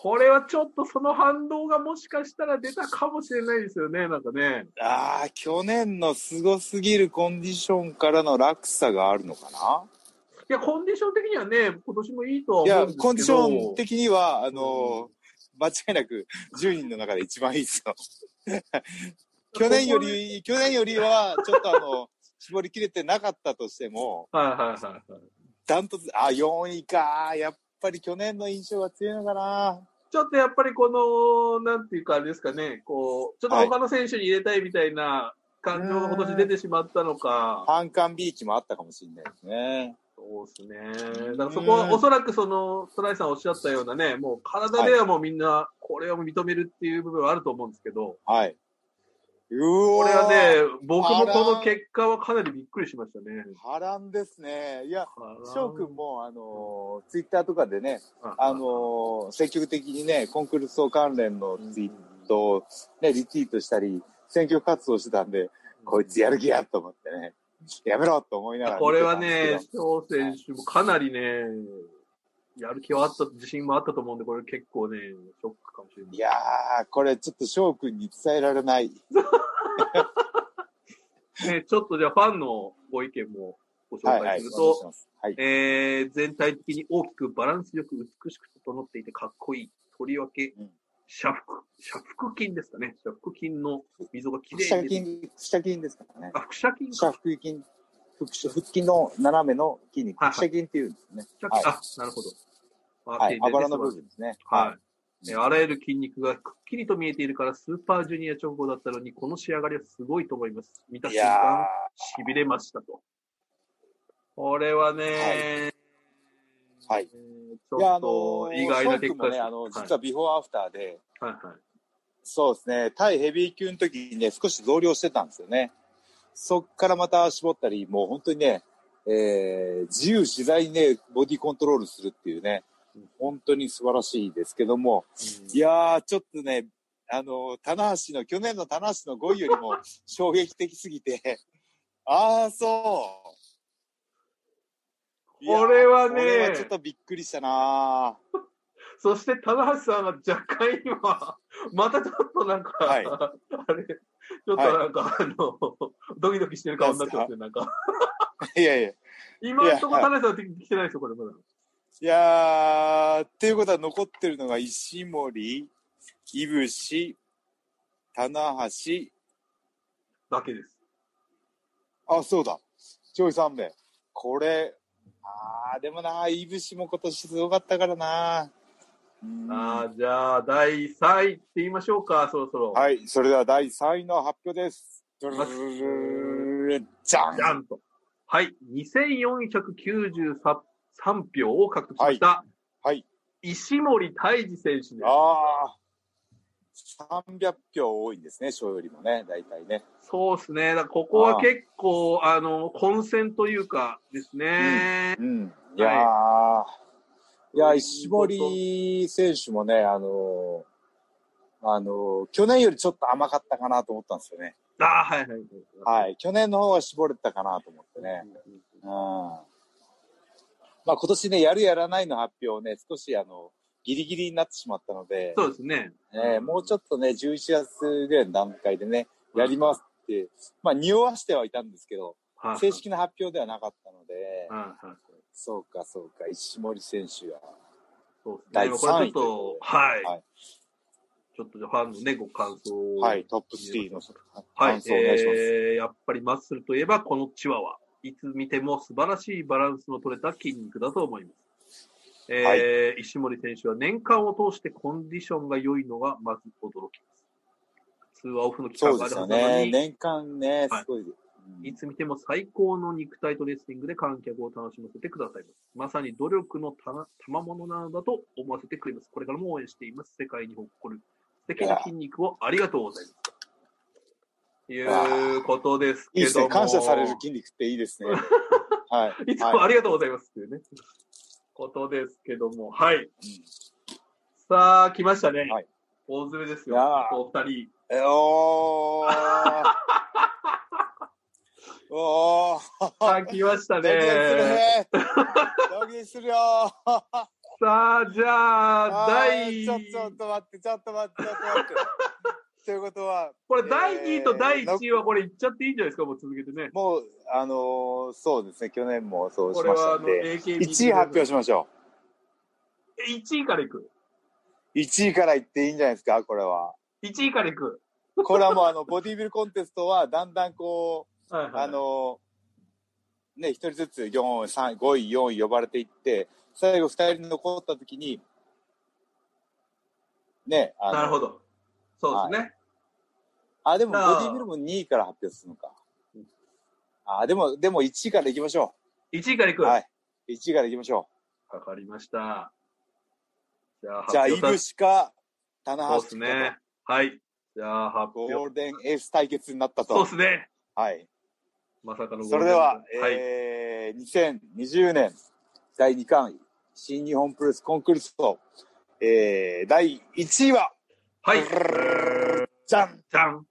Speaker 2: これはちょっとその反動がもしかしたら出たかもしれないですよね、なんかね。
Speaker 1: ああ、去年のすごすぎるコンディションからの落差があるのかない
Speaker 2: や、コンディション的にはね、今年もいいとはい思う
Speaker 1: や
Speaker 2: んですけ、ど。
Speaker 1: コンディション的には、あのー間違いなく10人の中で一番いい
Speaker 2: *laughs*
Speaker 1: ですよ。去年より、去年よりは、ちょっとあの、絞りきれてなかったとしても、
Speaker 2: はいはいはいはい。
Speaker 1: ダントツ、あ、4位か。やっぱり去年の印象が強いのかな。
Speaker 2: ちょっとやっぱりこの、なんていうか、あれですかね、こう、ちょっと他の選手に入れたいみたいな感情が今年出てしまったのか。
Speaker 1: 反感ビーチもあったかもしれないですね。
Speaker 2: そうですね。だからそこはおそらくその、トライさんおっしゃったようなね、もう体ではもうみんな、これを認めるっていう部分はあると思うんですけど、
Speaker 1: はい。うお
Speaker 2: こ
Speaker 1: ー
Speaker 2: れはね、僕
Speaker 1: あ
Speaker 2: も
Speaker 1: ら
Speaker 2: この結果はかなりびっくりしましたね。
Speaker 1: 波乱ですね。いや、翔くん
Speaker 2: も、
Speaker 1: も、あのー、ツイッターとかでね、あ
Speaker 2: あ
Speaker 1: の、ー、積極的にね、コンクルール総関連のツイートを、ね、リツイートしたり、選挙活動してたんで、こいつやる気やと思ってね、やめろと思いながら。
Speaker 2: これはね、翔選手もかなりね、やる気はあった、自信もあったと思うんで、これ結構ね、ショックかもしれない。
Speaker 1: いやー、これちょっと翔くんに伝えられない。
Speaker 2: ね、ちょっとじゃあファンのご意見もご紹
Speaker 1: はいは
Speaker 2: 介
Speaker 1: い。
Speaker 2: する
Speaker 1: お
Speaker 2: と、
Speaker 1: 願いしますはい。
Speaker 2: えー全体的に大きくバランスよく美しく整っていてかっこいい。とりわけ
Speaker 1: うん、
Speaker 2: 斜腹、斜腹筋ですかね。斜腹筋の溝がき
Speaker 1: 腹
Speaker 2: れ
Speaker 1: 斜
Speaker 2: いに
Speaker 1: 筋
Speaker 2: 出て。、
Speaker 1: 腹斜筋ですからね。
Speaker 2: あ、腹斜筋か。
Speaker 1: 腹腹筋、腹斜腹筋の斜めの筋肉、
Speaker 2: はい
Speaker 1: 腹斜筋っていうんですね。
Speaker 2: 腹
Speaker 1: はい
Speaker 2: 筋、あ、なるほど。
Speaker 1: はい。あばらの部
Speaker 2: 分
Speaker 1: 分ですね。
Speaker 2: はい。えーあらゆる筋肉がくっきりと見えているから、スーパージュニア直後だったのに、この仕上がりはすごいと思います。見た
Speaker 1: い
Speaker 2: 瞬
Speaker 1: や
Speaker 2: 間、痺れましたと。これはね、
Speaker 1: ーはい。
Speaker 2: えー
Speaker 1: い
Speaker 2: ち
Speaker 1: や、
Speaker 2: ょ
Speaker 1: あの
Speaker 2: っと
Speaker 1: ー、
Speaker 2: 意外な
Speaker 1: ショ
Speaker 2: 結
Speaker 1: ー君
Speaker 2: 果
Speaker 1: も
Speaker 2: で
Speaker 1: ね、
Speaker 2: す
Speaker 1: あの、実はビフォーアフターで、
Speaker 2: はいはいはい。
Speaker 1: そうですね、対ヘビー級の時にね、少し増量してたんですよね。そっからまた絞ったり、もう本当にね、えー自由自在にね、ボディコントロールするっていうね
Speaker 2: うん、
Speaker 1: 本当に素晴らしいですけども、
Speaker 2: うん
Speaker 1: いやー、ちょっとね、あの、棚橋の、去年の棚橋の5位より
Speaker 2: *laughs*
Speaker 1: も衝撃的すぎて、ああ、そう。いやー
Speaker 2: これは
Speaker 1: こ
Speaker 2: ね
Speaker 1: れはちょっとびっくりしたな
Speaker 2: そして、棚橋さんが若干今、またちょっとなんか、
Speaker 1: はい
Speaker 2: あれ、ちょっとなんか、あの、ドキドキしてる顔になってますね、なんか。
Speaker 1: ー。いやいや。
Speaker 2: 今のところ
Speaker 1: いや
Speaker 2: 棚橋さん出てきてないですよ、これまだ。
Speaker 1: いやー、っていうことは残ってるのが石森、いぶし、棚橋、
Speaker 2: だけです。
Speaker 1: あ、そうだ、上位3名。これ、あー、でもな、いぶしも今年すごかったからな。うん
Speaker 2: ああ、じゃあ、第3位って言いましょうか、そろそろ。い。
Speaker 1: はい、それでは第3位の発表です。じゃん
Speaker 2: じゃんと。はい。2493票を獲得しました。
Speaker 1: はい。
Speaker 2: 石森泰治選手です。
Speaker 1: あー、300票多いんですね、賞よりもね、大体ね。
Speaker 2: そうですね。だからここは結構、あの、混戦というかですね。
Speaker 1: うんいやー、い、や、石森選手もね、あのーあのー去年よりちょっと甘かったかなと思ったんですよね。
Speaker 2: ああ、はいはいはい。
Speaker 1: はい。去年の方は絞れたかなと思ってね。うん。まあ今年ね、やるやらないの発表をね、少しあの、ギリギリになってしまったので、
Speaker 2: そうですね。
Speaker 1: えーもうちょっとね、11月ぐらいの段階でね、やりますって、まあ匂わしてはいたんですけど、
Speaker 2: はい
Speaker 1: 正式な発表ではなかったので、
Speaker 2: はいはい
Speaker 1: そうかそうか、石森選手は。
Speaker 2: そうですね。
Speaker 1: 第
Speaker 2: でもこれ
Speaker 1: 3位
Speaker 2: ちょっと、はい。
Speaker 1: はい
Speaker 2: ちょっとじゃあファンのね、ご感想を。
Speaker 1: はい、。トップ3の
Speaker 2: はい。
Speaker 1: 感想お願いします。
Speaker 2: えーやっぱりマッスルといえばこのチワワ。いつ見ても素晴らしいバランスの取れた筋肉だと思います。えー
Speaker 1: は
Speaker 2: 石森選手は年間を通してコンディションが良いのがまず驚きます。普通はオフの期
Speaker 1: そ
Speaker 2: 間
Speaker 1: う
Speaker 2: があ
Speaker 1: です
Speaker 2: るは
Speaker 1: よ
Speaker 2: ずなの
Speaker 1: ね。
Speaker 2: に、
Speaker 1: 年間ね、
Speaker 2: はい
Speaker 1: すごい。
Speaker 2: いつ見ても最高の肉体とレスリングで観客を楽しませてくださいます。まさに努力のたな賜物なのだと思わせてくれます。これからも応援しています。世界に誇る素敵な筋肉をありがとうございます。ということです
Speaker 1: いい
Speaker 2: け
Speaker 1: です
Speaker 2: ども。
Speaker 1: ね。感謝される筋肉っていいです *laughs* ね。はい。
Speaker 2: いつも
Speaker 1: は
Speaker 2: ありがとうございますっていうね。ことですけども。はい。
Speaker 1: いうん
Speaker 2: さあ、来ましたね。
Speaker 1: はい
Speaker 2: 大詰めです
Speaker 1: いや *laughs*
Speaker 2: よ。お二人。
Speaker 1: えおーおー、
Speaker 2: さあ、来ました
Speaker 1: ドキドキする
Speaker 2: ね。
Speaker 1: ね。ドキドキするよー。
Speaker 2: さあ、じゃあ、
Speaker 1: あー
Speaker 2: 第、
Speaker 1: ちょちょっと待って、ちょっと待って、ちょっと待って。 *laughs* ということは、
Speaker 2: これ、第2位と第
Speaker 1: えー
Speaker 2: 1位はこれ、いっちゃっていいんじゃないですか、もう続けてね。
Speaker 1: もう、あのーそうですね、去年もそう
Speaker 2: こ
Speaker 1: し
Speaker 2: れ
Speaker 1: ました
Speaker 2: は、あ
Speaker 1: ん
Speaker 2: の、
Speaker 1: で、
Speaker 2: AKB。
Speaker 1: 1位発表しましょ
Speaker 2: え1位からいく。
Speaker 1: う。1位からいっていいんじゃないですか、これは。
Speaker 2: 1位からいく。
Speaker 1: これはもう、あの、ボディビルコンテストは、だんだんこ
Speaker 2: はいは
Speaker 1: う、
Speaker 2: いはい
Speaker 1: あ、のーね、一人ずつ4、3、5位、4位呼ばれていって、最後2人残った時に、ね、あの
Speaker 2: なるほど。そうですね。
Speaker 1: あ、でもボ
Speaker 2: なあ
Speaker 1: ディビルも2位から発表するのか。あ、でも、でも1位から行きましょ
Speaker 2: 1位からいく。
Speaker 1: う。はい。1位から行きましょ
Speaker 2: わかりました。じゃあ、
Speaker 1: う。じゃあ、イ
Speaker 2: 発表さ
Speaker 1: ブシか、棚
Speaker 2: そ
Speaker 1: 橋か
Speaker 2: うです
Speaker 1: と、
Speaker 2: ね。はい。じゃあ、発
Speaker 1: ゴー
Speaker 2: 表。
Speaker 1: ルデンエース対決になった
Speaker 2: そう
Speaker 1: と
Speaker 2: で。すね。
Speaker 1: はい。
Speaker 2: まさかのゴールデン
Speaker 1: それでは、
Speaker 2: はい。
Speaker 1: えー、2020年第2回新日本プロレスコンクールと、えー、第1位は、
Speaker 2: はい。
Speaker 1: じゃん
Speaker 2: じゃん。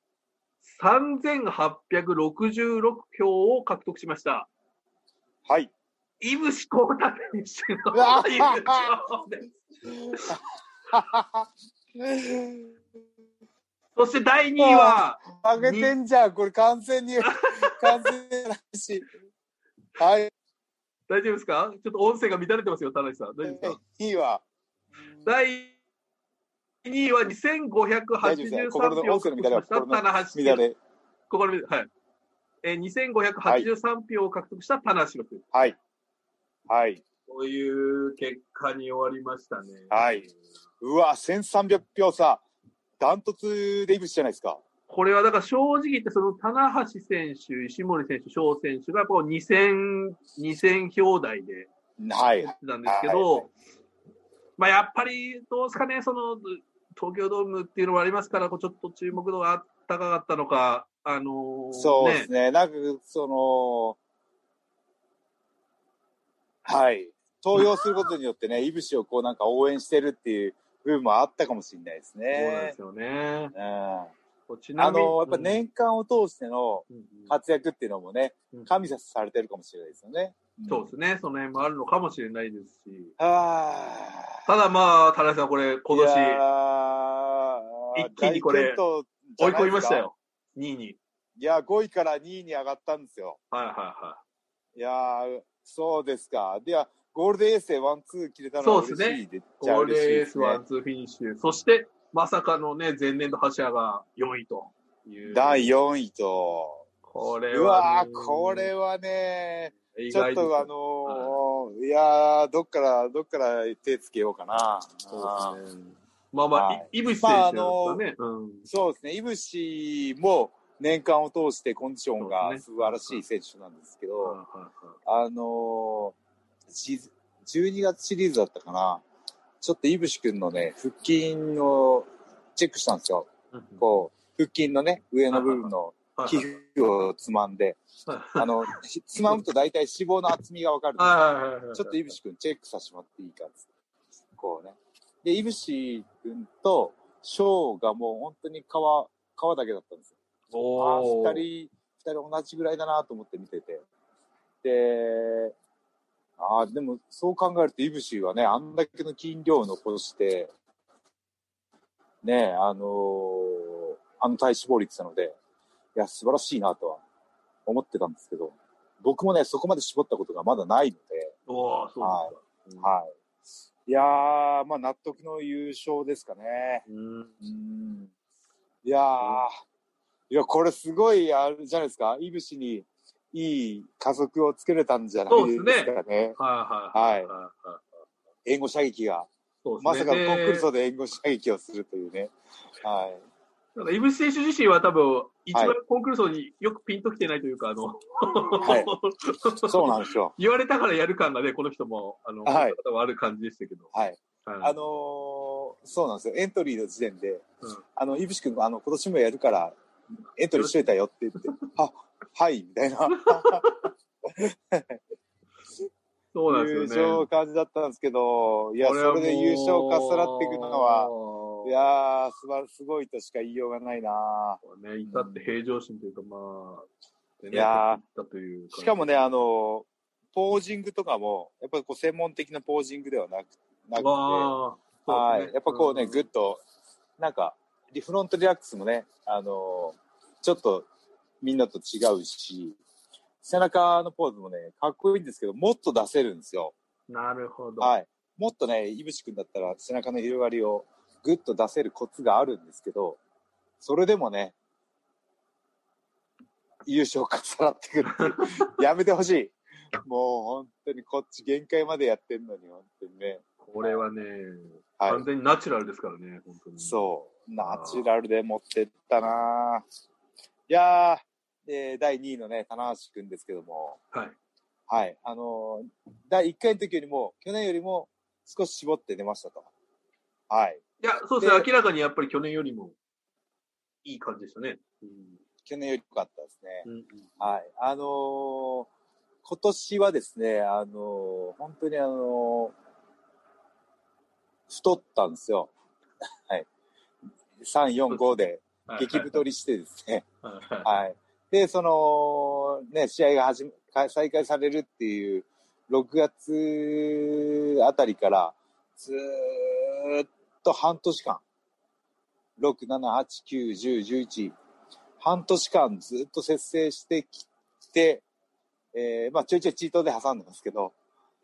Speaker 2: 3866票を獲得しました。
Speaker 1: はい。
Speaker 2: イブシコータ選手の
Speaker 1: うわ
Speaker 2: 優勝です。そして第2位は、
Speaker 1: 負けてんじゃん、これ完全
Speaker 2: *laughs*
Speaker 1: に、完全なし。はい。
Speaker 2: 大丈夫ですかちょっと音声が乱れてますよ、田中さん。大丈夫ですか
Speaker 1: いいわ。
Speaker 2: 第2位は
Speaker 1: 大丈夫です
Speaker 2: 2583
Speaker 1: よ。心の
Speaker 2: 票を
Speaker 1: 音声の
Speaker 2: 獲得
Speaker 1: 乱
Speaker 2: し
Speaker 1: れ
Speaker 2: ま
Speaker 1: は
Speaker 2: し
Speaker 1: 心の乱
Speaker 2: た、棚橋。
Speaker 1: れ。
Speaker 2: 心の乱れはい。えー、2583票を獲得した棚橋君。
Speaker 1: はい。はい。
Speaker 2: という結果に終わりましたね。
Speaker 1: はいううわ、1300票差。ダントツでいぶしじゃないですか。
Speaker 2: これはだから正直言って、その棚橋選手、石森選手、翔選手がこう2000、2000票台で
Speaker 1: はい。
Speaker 2: なんですけど、
Speaker 1: はい
Speaker 2: まあやっぱりどうですかね、その東京ドームっていうのもありますから、こうちょっと注目度が高かったのか、あのー
Speaker 1: そうですね。なんか、その、はい。登用することによってね、いぶしをこうなんか応援してるっていう部分もあったかもしれないです
Speaker 2: そうなんで
Speaker 1: ね
Speaker 2: す。よね。
Speaker 1: うん。あ
Speaker 2: こうちなみに、
Speaker 1: の、やっぱ年間を通しての、
Speaker 2: うん、うんうん
Speaker 1: 活躍っていうのもね
Speaker 2: うん、
Speaker 1: 神さされてるかもしれないですよね。。
Speaker 2: そうですすね、その辺もあるのかもしれないですし、
Speaker 1: は
Speaker 2: ただまあ、田中さん、これ、今
Speaker 1: い
Speaker 2: 年、
Speaker 1: やー
Speaker 2: 一気にこ
Speaker 1: 大健
Speaker 2: れ
Speaker 1: 闘じ
Speaker 2: 追
Speaker 1: ゃ
Speaker 2: い
Speaker 1: な
Speaker 2: 込み
Speaker 1: で
Speaker 2: ます
Speaker 1: か
Speaker 2: した。よ、2位に。
Speaker 1: いやー、5位から2位に上がったんですよ。
Speaker 2: はいはいはい。
Speaker 1: いやー、そうですか。では、ゴールデンエースでワンツー切れたの
Speaker 2: そ
Speaker 1: は
Speaker 2: うで
Speaker 1: 嬉
Speaker 2: すね
Speaker 1: しいでじゃあ
Speaker 2: ゴール
Speaker 1: 嬉しい
Speaker 2: デン
Speaker 1: で
Speaker 2: エー
Speaker 1: す
Speaker 2: ス
Speaker 1: ね。
Speaker 2: ワンツーフィニッシュ。そして、まさかのね、前年度柱が4位という。
Speaker 1: 第4位と、
Speaker 2: これ
Speaker 1: う
Speaker 2: は
Speaker 1: わ
Speaker 2: ね、
Speaker 1: ー、これはね、
Speaker 2: 意
Speaker 1: ちょっ
Speaker 2: 外です
Speaker 1: とあのー、いやー、どっから、どっから手つけようかな。あー
Speaker 2: そうですね。まあまあ、、
Speaker 1: はい
Speaker 2: イブシ選手なんですよね。うん。
Speaker 1: そうですね、イブシも年間を通してコンディション
Speaker 2: そう
Speaker 1: が
Speaker 2: です
Speaker 1: 素晴らしい選手なんですけど、
Speaker 2: はいはいはい
Speaker 1: あのーシーズン12月シリーズだったかな、ちょっとイブシ君のね、腹筋をチェックしたんですよ。
Speaker 2: うん
Speaker 1: こう、腹筋のね、上の部分の
Speaker 2: はい
Speaker 1: 皮膚をつまんで、
Speaker 2: はい
Speaker 1: あの、ひつまむと大体脂肪の厚みがわかるんですよ
Speaker 2: はいはいはい。
Speaker 1: ちょっとイブシ君チェックさせてもらっていいかっつってこうね。で、イブシ君とショーがもう本当に川、川だけだったんですよ。ああ、
Speaker 2: お
Speaker 1: 二人、
Speaker 2: ー。
Speaker 1: 二人同じぐらいだなと思って見てて。で、ああ、でもそう考えるとイブシはね、あんだけの筋量を残して、ね、あのーあの体脂肪率なので、いや、素晴らしいなとは思ってたんですけど、僕もね、そこまで絞ったことがまだないので、
Speaker 2: おー、そうですか。
Speaker 1: はい。いやー、まあ納得の優勝ですかね。
Speaker 2: うん。
Speaker 1: うん。いやー、いや、これすごい、あれじゃないですか。いぶしにいい加速をつけれたんじゃない
Speaker 2: そうですね
Speaker 1: ですかね。
Speaker 2: はいはいはいはい。
Speaker 1: 援護射撃が。
Speaker 2: そう
Speaker 1: ま
Speaker 2: で
Speaker 1: さ
Speaker 2: す
Speaker 1: か
Speaker 2: ね
Speaker 1: のコンクールソで援護射撃をするというね。はい。
Speaker 2: なんか、イブシ選手自身は多分、一番コンクール層によくピンときてないというか、あの、
Speaker 1: いそうなんですよ。
Speaker 2: *laughs* 言われたからやる感がね、この人も、あの、
Speaker 1: はい
Speaker 2: 方はある感じでしたけど。
Speaker 1: はい。
Speaker 2: は
Speaker 1: あ
Speaker 2: い。
Speaker 1: のーそうなんですよ。エントリーの時点で、
Speaker 2: うん
Speaker 1: あの、いぶし君、あの、今年もやるから、エントリーしといたよって言
Speaker 2: *laughs*
Speaker 1: って、あ、はい、みたいな。
Speaker 2: そうなん
Speaker 1: 優
Speaker 2: です
Speaker 1: 勝
Speaker 2: よね。
Speaker 1: 感じだったんですけど、いや、
Speaker 2: こ
Speaker 1: そ
Speaker 2: れはも
Speaker 1: れ
Speaker 2: う
Speaker 1: で優勝重なっていくのは、、いや
Speaker 2: ね
Speaker 1: ー、すばすごいとしか言いようがないな
Speaker 2: 至って平常心というか、まあ、で
Speaker 1: いやー
Speaker 2: だという感じ
Speaker 1: しかもね、あの、ポージングとかも、やっぱりこう専門的なポージングではなくなくて、
Speaker 2: わー
Speaker 1: はい、
Speaker 2: そうですね
Speaker 1: やっぱこうね、
Speaker 2: ん
Speaker 1: ぐっと、なんか、リフロントリラックスもね、あのーちょっとみんなと違うし、背中のポーズもね、かっこいいんですけど、もっと出せるんですよ。
Speaker 2: なるほど。
Speaker 1: はい。もっとね、いぶし君だったら背中の広がりをぐっと出せるコツがあるんですけど、それでもね、優勝かさらってくるっていうやめてほしい。もう本当にこっち限界までやってんのに、本当にね。
Speaker 2: これはね、
Speaker 1: はい。
Speaker 2: 完全にナチュラルですからね、本当に。
Speaker 1: そう、ナチュラルで持ってったなぁいやー、えー第2位のね、棚橋くんですけども、
Speaker 2: はい。
Speaker 1: はい、あのー第1回の時よりも、去年よりも少し絞って出ましたと。はい、
Speaker 2: いや、そうですね、
Speaker 1: で
Speaker 2: 明らかにやっぱり去年よりもいい感じでしたね。
Speaker 1: 去年より良かったです
Speaker 2: う
Speaker 1: ね。
Speaker 2: んうん
Speaker 1: はい、あのー今年はですね、あのー本当にあのー太ったんですよ。はい。3、4、5で
Speaker 2: はい
Speaker 1: 激太りしてですね。
Speaker 2: はいはい
Speaker 1: はい。で、その、ね、試合が始めか再開されるっていう、6月あたりから、ずーっと半年間、6、7、8、9、10、11、半年間ずっと節制してきて、えーまあちょいちょいチートで挟んでますけど、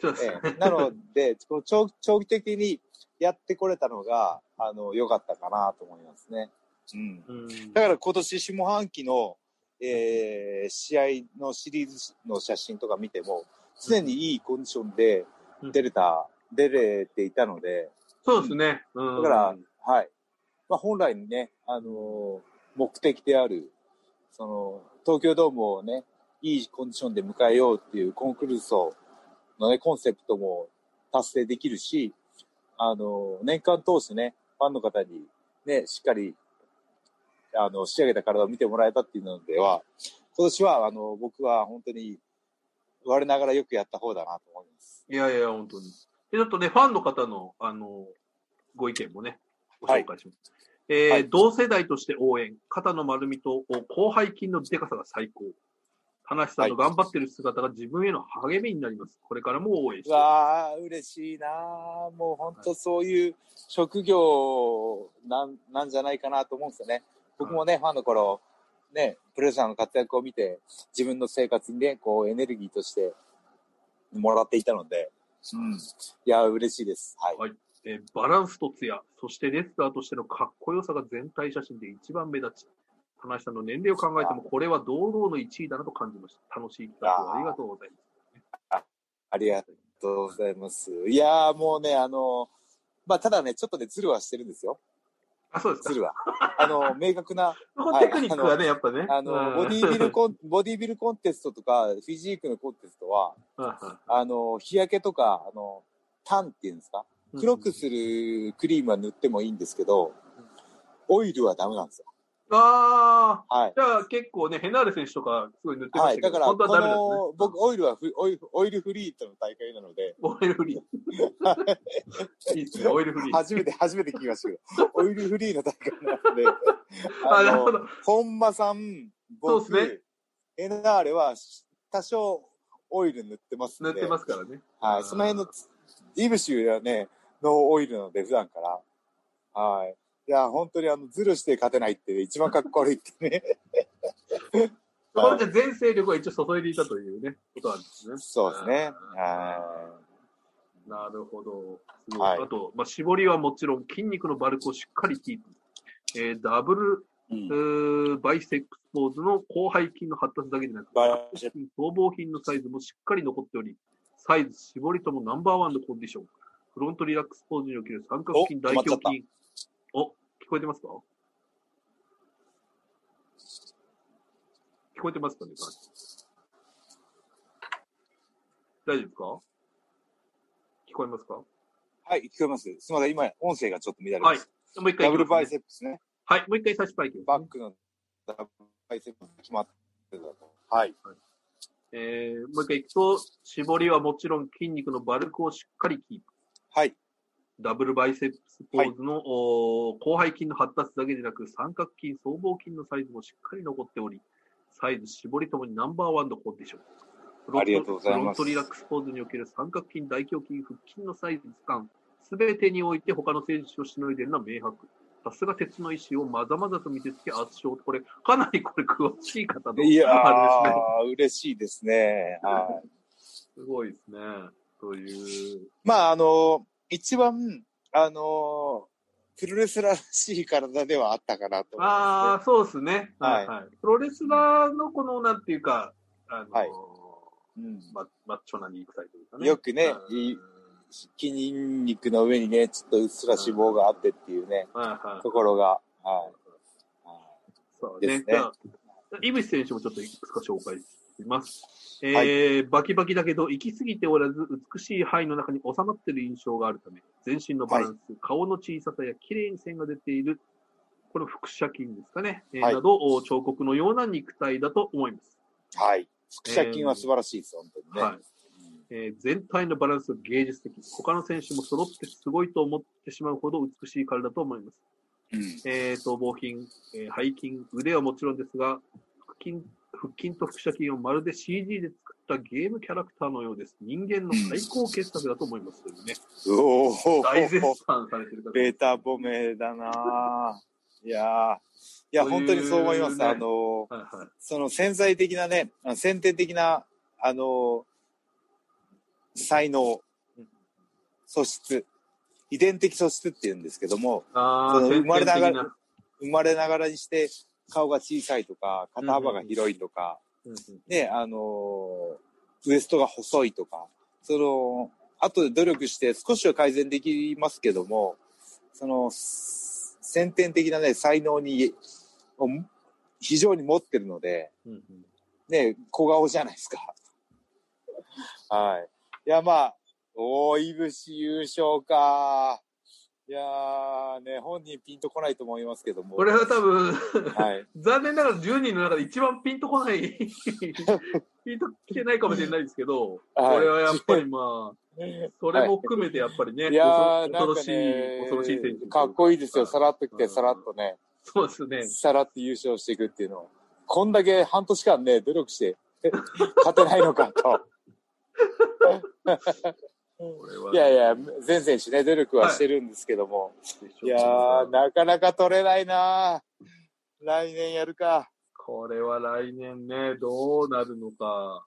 Speaker 2: そうですね
Speaker 1: え。ーなので、この長長期的にやってこれたのが、あの、良かったかなと思いますね。うん。
Speaker 2: うん
Speaker 1: だから今年下半期の、えー試合のシリーズの写真とか見ても、常にいいコンディションで出れた、出れていたので、
Speaker 2: そうですね。うん
Speaker 1: だから、はい。まあ、本来ね、あのー目的である、その、東京ドームをね、いいコンディションで迎えようっていうコンクルーソのね、コンセプトも達成できるし、あのー年間通してね、ファンの方にね、しっかり、あの、仕上げた体を見てもらえたっていうのでは、今年は、あの、僕は本当に、我ながらよくやった方だなと思います。
Speaker 2: いやいや、本当に。でちょっとね、ファンの方の、あの、ご意見もね、ご紹介します。えー
Speaker 1: はい
Speaker 2: 同世代として応援、肩の丸みと広背筋のでかさが最高。田無さんの頑張ってる姿が自分への励みになります。これからも応援し
Speaker 1: う
Speaker 2: て。
Speaker 1: わあ、嬉しいなあもう本当そういう職業なんなんじゃないかなと思うんですよね。僕もね、ファンの頃、ね、プロレスラーの活躍を見て、自分の生活にね、こうエネルギーとしてもらっていたので、うん、いや、嬉しいです。はい。
Speaker 2: はいえーバランスと艶、そしてレスラーとしてのかっこよさが全体写真で一番目立ち、田無さんの年齢を考えても、これは堂々の1位だなと感じました。楽しい企画をありがとうございます。
Speaker 1: ありがとうございます。いやーもうね、あの、まあ、ただね、ちょっとね、ズルはしてるんですよ。
Speaker 2: あ、そうで
Speaker 1: ズ
Speaker 2: すか。
Speaker 1: ルは。あの、明確な、
Speaker 2: このテクニックはね、やっぱね。
Speaker 1: あの、ボディービ
Speaker 2: *laughs*
Speaker 1: ルコン、ボディービルコンテストとか、フィジークのコンテストは、
Speaker 2: ル
Speaker 1: あの、日焼けとか、あの、タンっていうんですか黒くするクリームは塗ってもいいんですけど、オイルはダメなんですよ。
Speaker 2: ああ、
Speaker 1: はい。
Speaker 2: じゃあ結構ね、ヘナーレ選手とかすごい塗ってま
Speaker 1: は
Speaker 2: し
Speaker 1: い。
Speaker 2: たけ
Speaker 1: だ
Speaker 2: ど、
Speaker 1: から、こ
Speaker 2: 本当はダメなんですね。
Speaker 1: の、僕、オイルはフオイル、オイルフリーとの大会なので、
Speaker 2: オイルフリー。いいっすね、オイルフリー。
Speaker 1: 初めて、初めて聞きましたけ
Speaker 2: *laughs*
Speaker 1: ど、オイルフリーの大会なので、
Speaker 2: あ、
Speaker 1: あ
Speaker 2: なる
Speaker 1: の
Speaker 2: ほ、ど。
Speaker 1: 本間さん、僕、
Speaker 2: そうです
Speaker 1: エナーレは多少オイル塗ってます
Speaker 2: 塗
Speaker 1: ね。
Speaker 2: ってますからね。
Speaker 1: はい、その辺のつ、イブシュはね、ノーオイルなので、普段から。はい。いや、本当にあの、ズルして勝てないって、一番かっこ悪いってね。
Speaker 2: これで全勢力を一応注いでいたというね、ことなんです
Speaker 1: *laughs*
Speaker 2: ね。
Speaker 1: そうですね。
Speaker 2: あ
Speaker 1: は
Speaker 2: なるほど。すごい。
Speaker 1: はい
Speaker 2: あと、まあ、絞りはもちろん筋肉のバルクをしっかりキープ。えーダブル、
Speaker 1: い。う
Speaker 2: え
Speaker 1: ん
Speaker 2: ーバイセックスポーズの広背筋の発達だけでなく、
Speaker 1: バランス
Speaker 2: 僧帽筋のサイズもしっかり残っており、サイズ、絞りともナンバーワンのコンディション。フロントリラックスポーズにおける三角筋、
Speaker 1: お
Speaker 2: 大
Speaker 1: 止ま
Speaker 2: 胸
Speaker 1: っちゃっ
Speaker 2: 筋。お、聞こえてますか聞こえてますかね大丈夫ですか聞こえますか
Speaker 1: はい、聞こえます。すみません、今、音声がちょっと乱れ
Speaker 2: は
Speaker 1: ま
Speaker 2: い
Speaker 1: す。。
Speaker 2: もう一回
Speaker 1: ダブルバイ
Speaker 2: ッ
Speaker 1: セップスね。
Speaker 2: プ。はい。もう一回差しパイキ
Speaker 1: バックのダブルバイセップス決まってたと。はい。
Speaker 2: えー、もう一回いくと、絞りはもちろん筋肉のバルクをしっかりキープ。
Speaker 1: はい。
Speaker 2: ダブルバイセップスポーズの、おー広背筋の発達だけでなく、三角筋、僧帽筋のサイズもしっかり残っており、サイズ、絞りともにナンバーワンのコンディション。
Speaker 1: ありがとうございます
Speaker 2: フロントリラックスポーズにおける三角筋、大胸筋、腹筋のサイズ感、すべてにおいて他の選手をしのいでるのは明白。さすが鉄の意志をまざまざと見せつけ圧勝。これ、かなりこれ詳しい方の
Speaker 1: いや
Speaker 2: あれ
Speaker 1: ー、
Speaker 2: ですね。
Speaker 1: 嬉しいですね。はい。
Speaker 2: すごいですね。という。
Speaker 1: まあ、あの、一番、あの、プロレスラーらしい体ではあったかなと思い
Speaker 2: あ
Speaker 1: ま
Speaker 2: あ、そうですね。
Speaker 1: は
Speaker 2: はいい、はい。プロレスラーのこの、なんていうか、あの、
Speaker 1: はいすね。
Speaker 2: ママッチョな肉体というか
Speaker 1: うん
Speaker 2: ね。
Speaker 1: よくね、
Speaker 2: うん
Speaker 1: いい筋肉の上にね、ちょっとうっすら脂肪があってっていうね、
Speaker 2: はいはい。
Speaker 1: ところが。はい。は
Speaker 2: そう
Speaker 1: です
Speaker 2: ね。
Speaker 1: ね
Speaker 2: じゃあ、井口選手もちょっといくつか紹介します。えー
Speaker 1: は
Speaker 2: バキバキだけど、行き過ぎておらず、美しい範囲の中に収まっている印象があるため、全身のバランス、顔の小ささや綺麗に線が出ている、この腹斜筋ですかね、えー
Speaker 1: はい
Speaker 2: など、お彫刻のような肉体だと思います。
Speaker 1: い。はい。腹斜筋は素晴らしいです、本当にね。
Speaker 2: はいえー全体のバランスが芸術的。他の選手も揃ってすごいと思ってしまうほど美しい体だと思います。
Speaker 1: うん。
Speaker 2: えー、僧帽筋、えー背筋、腕はもちろんですが、腹筋、腹筋と腹斜筋をまるで CG で作ったゲームキャラクターのようです。人間の最高傑作だと思
Speaker 1: *laughs*
Speaker 2: います。というね、
Speaker 1: うおー
Speaker 2: 大絶賛されてる方。
Speaker 1: ベータ褒めだなぁいやーいや、
Speaker 2: そういう
Speaker 1: 本当にそう思います。
Speaker 2: ね
Speaker 1: あの、
Speaker 2: はいはい。
Speaker 1: *laughs* その潜在的なね、あの先天的な、あの、才能、素質、遺伝的素質って言うんですけども、
Speaker 2: あ
Speaker 1: その
Speaker 2: ー、
Speaker 1: 生まれながら
Speaker 2: ら。
Speaker 1: 生まれながらにして顔が小さいとか、肩幅が広いとか、
Speaker 2: うんうん
Speaker 1: ね、あの、ウエストが細いとか、その、後で努力して少しは改善できますけども、その、す先天的なね、才能に、を非常に持ってるので、
Speaker 2: うんうん
Speaker 1: ね、小顔じゃないですか。はい。いや、まあ、おー、いぶし優勝か。いやー、ね、本人ピンとこないと思いますけども。
Speaker 2: これは多分、
Speaker 1: はい。
Speaker 2: 残念ながら10人の中で一番ピンと
Speaker 1: *laughs*
Speaker 2: こない、ピンと来てないかもしれないですけど、
Speaker 1: はい
Speaker 2: これはやっぱりまあ、それも含めてやっぱりね、
Speaker 1: いやー、
Speaker 2: 恐
Speaker 1: な
Speaker 2: ろ
Speaker 1: ん
Speaker 2: 恐ろ
Speaker 1: か
Speaker 2: しい、
Speaker 1: ね、
Speaker 2: 恐ろしい選手。
Speaker 1: かっこいいですよ。さらっと来
Speaker 2: う
Speaker 1: て、
Speaker 2: ん
Speaker 1: さらっとね、
Speaker 2: そうですね。
Speaker 1: さらっと優勝していくっていうのを。こんだけ半年間ね、努力して、勝てないのか
Speaker 2: *laughs*
Speaker 1: と。
Speaker 2: これは、
Speaker 1: いやいや、全選手ね、努力はしてるんですけども。いやー、なかなか取れないなー来年やるか。
Speaker 2: これは来年ね、どうなるのか。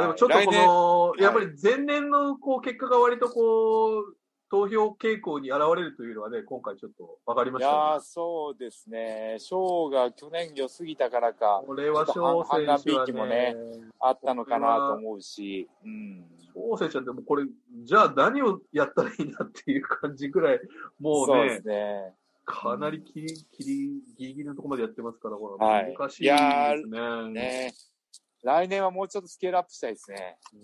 Speaker 1: はい
Speaker 2: あでもちょっと
Speaker 1: 来年
Speaker 2: こ
Speaker 1: はい
Speaker 2: の、やっぱり前年のこう結果が割とこう、投票傾向に現れるというのはね、今回ちょっと分かりま
Speaker 1: い
Speaker 2: したね、
Speaker 1: やー、そうですね。賞が去年良すぎたからか、
Speaker 2: これは翔選手は
Speaker 1: ちょっと反乱びいきもね
Speaker 2: ね、
Speaker 1: あったのかなと思うし。うん。
Speaker 2: 翔選手はでもこれ、じゃあ何をやったらいいんだっていう感じぐらい、もう
Speaker 1: そう
Speaker 2: ね
Speaker 1: で、すね。
Speaker 2: かなりきり、きり、ギリギリのとこまでやってますから、これ
Speaker 1: はい
Speaker 2: 難しいですね。
Speaker 1: ね来年はもうちょっとスケールアップしたいですね。
Speaker 2: うん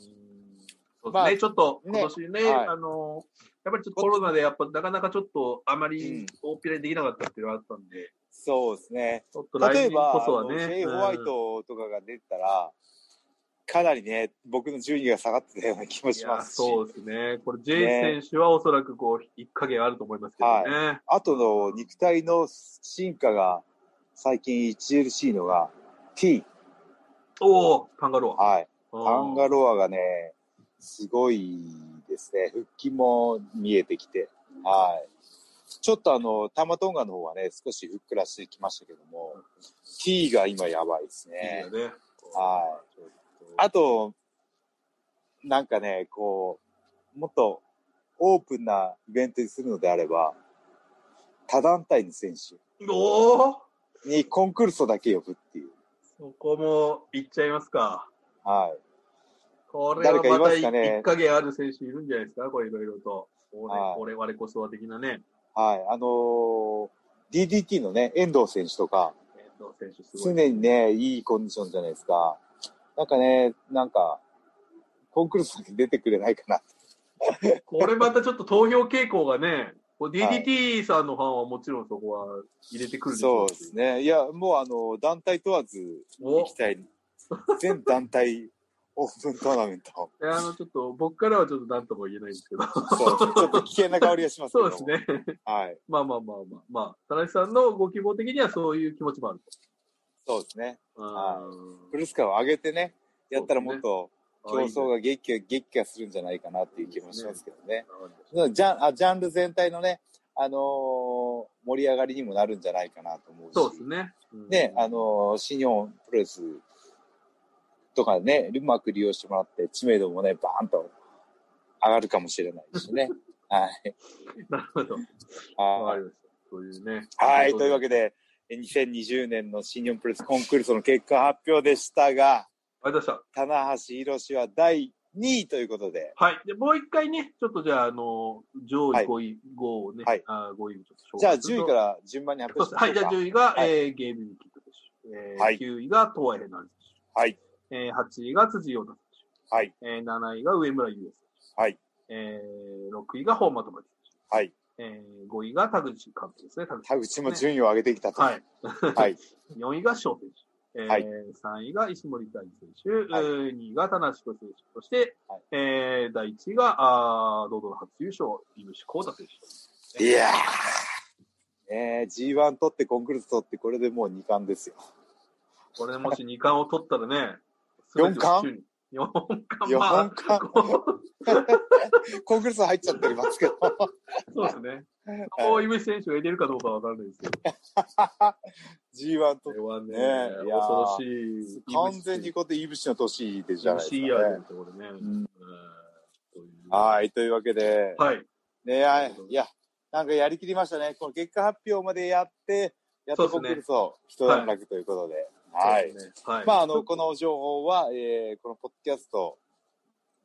Speaker 2: そうですね、
Speaker 1: まあ
Speaker 2: ちょっと今年ね、
Speaker 1: はい
Speaker 2: あの、やっぱりちょっとコロナでやっぱなかなかちょっとあま
Speaker 1: うん
Speaker 2: り大っぴらにできなかったっていうのがあったんで、
Speaker 1: そうですね。
Speaker 2: ちょっと
Speaker 1: 例え
Speaker 2: 来年こ
Speaker 1: ば、
Speaker 2: そ
Speaker 1: あ
Speaker 2: は
Speaker 1: の
Speaker 2: ね。
Speaker 1: シェイ・ホワイトとかが出てたら、かなりね、僕の順位が下がってたような気も
Speaker 2: うんい
Speaker 1: し
Speaker 2: や、
Speaker 1: ますし。
Speaker 2: そうですね。これ、ジェイ選手はおそらくこう、一影あると思いますけどね。
Speaker 1: あとの肉体の進化が最近著しいのが T。
Speaker 2: おおカンガロ
Speaker 1: はい。
Speaker 2: ア。
Speaker 1: アンガ
Speaker 2: ア。
Speaker 1: ロアがね、すごいですね。復帰も見えてきて。はい。ちょっとあの、タマトンガの方はね、少しふっくらしてきましたけども、T が今やばいです
Speaker 2: いい
Speaker 1: ね
Speaker 2: よ。ね。
Speaker 1: はい
Speaker 2: ちょっと。
Speaker 1: あと、なんかね、こう、もっとオープンなイベントにするのであれば、多団体の選手。
Speaker 2: おお
Speaker 1: にコンクルソだけ呼ぶっていう。
Speaker 2: そこも、いっちゃいますか。
Speaker 1: はい。
Speaker 2: これは
Speaker 1: 誰かい
Speaker 2: ま
Speaker 1: ま
Speaker 2: た
Speaker 1: すかね
Speaker 2: 一影ある選手いるんじゃないですか、これいろいろと。俺、
Speaker 1: はい
Speaker 2: 俺、我こそは的なね。
Speaker 1: はい。あのー DDT のね、遠藤選手とか、
Speaker 2: 遠藤選手すご
Speaker 1: 常
Speaker 2: い。
Speaker 1: にね、いいコンディションじゃないですか。なんかね、なんか、コンクルソだけ出てくれないかな。
Speaker 2: これまたちょっと投票傾向がね、こう
Speaker 1: はい
Speaker 2: DDT さんのファンはもちろんそこは入れてくるでし
Speaker 1: そ
Speaker 2: ょ
Speaker 1: うです。ね。いや、もうあの、団体問わず、
Speaker 2: お
Speaker 1: 行きたい。全団体オープントーナメント。
Speaker 2: いやあの、ちょっと僕からはちょっと何とも言えないんですけど。
Speaker 1: そう、ちょっと危険な香りがしますけど
Speaker 2: そうです。ね。 *laughs*
Speaker 1: はい。
Speaker 2: まあまあまあまあ。まあ、田中さんのご希望的にはそういう気持ちもある。
Speaker 1: そうですね。
Speaker 2: あ
Speaker 1: フルスカを上げてね、やったらもっと
Speaker 2: ー
Speaker 1: 競争
Speaker 2: あ
Speaker 1: が激化、激化するんじゃないかなっていう気もしますけどね。
Speaker 2: ーいいね
Speaker 1: ジャンあジャンル全体のね、あのー盛り上がりにもなるんじゃないかなと思うし。
Speaker 2: そうですね。
Speaker 1: ね、あ
Speaker 2: の、
Speaker 1: の、新日本プロレスとかね、うまく利用してもらって、知名度もね、バーンと上がるかもしれないし
Speaker 2: *laughs*
Speaker 1: ね。はい。
Speaker 2: *laughs* なるほど。わか
Speaker 1: は
Speaker 2: りました。そういうね。
Speaker 1: い。はい。というわけで、え2020年の新日本プロレスコンクールその結果発表でしたが、
Speaker 2: ありがとうございまし
Speaker 1: 棚橋宏は第2位ということで、
Speaker 2: た。はい。で、もう一回ね、ちょっとじゃあ、あの、上
Speaker 1: は
Speaker 2: 位
Speaker 1: い
Speaker 2: 5位、5をね、
Speaker 1: はい
Speaker 2: あー5位をちょっと紹
Speaker 1: じゃあ
Speaker 2: 介する
Speaker 1: 10位
Speaker 2: と
Speaker 1: から順番に発
Speaker 2: そう
Speaker 1: 表し
Speaker 2: で
Speaker 1: まし
Speaker 2: すは
Speaker 1: ょ。
Speaker 2: いうじゃあ
Speaker 1: か。
Speaker 2: 10位が、
Speaker 1: はい
Speaker 2: えーゲームにキック選手。えー
Speaker 1: はい
Speaker 2: 9位が東亜平成
Speaker 1: はい。
Speaker 2: 選手。えー8位が辻洋太
Speaker 1: はい。
Speaker 2: 選手。えー7位が上村優也選手。
Speaker 1: はい。
Speaker 2: えー6位が本間智之
Speaker 1: はい。
Speaker 2: 選手。えー5位が田口監督ですね。田口
Speaker 1: 田口も順位を上げてきたと。
Speaker 2: *laughs* はい。
Speaker 1: はい。
Speaker 2: 4位が翔選手、えー
Speaker 1: はい
Speaker 2: 3位が石森大選手、
Speaker 1: はい
Speaker 2: 2位が田中選手、そして、
Speaker 1: はい
Speaker 2: えー第1位があー堂々の初優勝、井口浩太選手。
Speaker 1: いやー。ねえ G1 取ってコンクール取って、これでもう2冠ですよ。
Speaker 2: これでもし2冠を取ったらね、
Speaker 1: 四冠
Speaker 2: ?4 冠
Speaker 1: 4
Speaker 2: まあ、 *laughs*
Speaker 1: 冠。コンクール入っちゃってます *laughs* けど。
Speaker 2: そうですね。こう井口選手が入れるかどうかわからないですけど、
Speaker 1: G1
Speaker 2: ことれはね、
Speaker 1: ねいやー
Speaker 2: 恐ろしい。
Speaker 1: 完全にこうやってイブシの年でじゃないです
Speaker 2: MC
Speaker 1: か、
Speaker 2: や
Speaker 1: ね
Speaker 2: るってことね。
Speaker 1: うん
Speaker 2: い。
Speaker 1: はい、というわけで、
Speaker 2: はい。
Speaker 1: ねあいや、なんかやりきりましたね。この結果発表までやって、やっとコンクールを一段落ということで。はい。
Speaker 2: そうですね。はい。
Speaker 1: まあ、あの、この情報は、えーこのポッドキャスト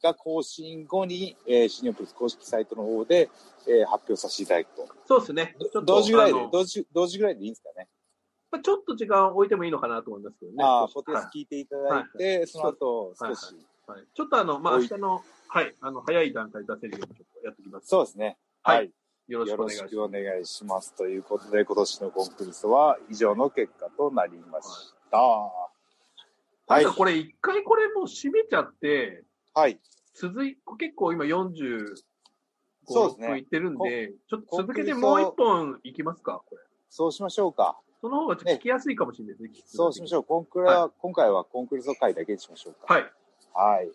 Speaker 1: が更新後に、えーシニオプレス公式サイトの方で、えー発表させていただくと。
Speaker 2: そうですね。ちょっと
Speaker 1: 同時ぐらい
Speaker 2: あ
Speaker 1: で
Speaker 2: の、
Speaker 1: 同時、同時ぐらいでいいんですかね。
Speaker 2: まあ、ちょっと時間を置いてもいいのかなと思いますけどね。
Speaker 1: ああ、
Speaker 2: 少
Speaker 1: ポ
Speaker 2: し
Speaker 1: テス聞いていただいて、その後
Speaker 2: は
Speaker 1: 少
Speaker 2: い
Speaker 1: し、
Speaker 2: はいはいちょっとあの、まあ、
Speaker 1: お
Speaker 2: 明
Speaker 1: い
Speaker 2: 日の、はい、あの、早い段階に出せるようにちょっとやってきます。
Speaker 1: そうですね。
Speaker 2: はい
Speaker 1: はい。
Speaker 2: よろしく
Speaker 1: よ
Speaker 2: お願
Speaker 1: ろ
Speaker 2: いし
Speaker 1: し
Speaker 2: ます。
Speaker 1: くお願いします。ということで、今年のコンクールスは以上の結果となりました。はい。
Speaker 2: なんかこれ、一回これもう閉めちゃって、
Speaker 1: はい。
Speaker 2: 続い、結構今40、
Speaker 1: そうですね
Speaker 2: いってるんで、ちょっと続けて
Speaker 1: コン
Speaker 2: もう
Speaker 1: クリー
Speaker 2: 一
Speaker 1: ト
Speaker 2: 本いきますか、これ。
Speaker 1: そうしましょうか。
Speaker 2: その方がちょっと聞きやすいかもしれないですね。
Speaker 1: そうしまし
Speaker 2: ょ
Speaker 1: ょう。コンクールは、今回はコンクールス会だけにしましょうか。
Speaker 2: はい。
Speaker 1: はい。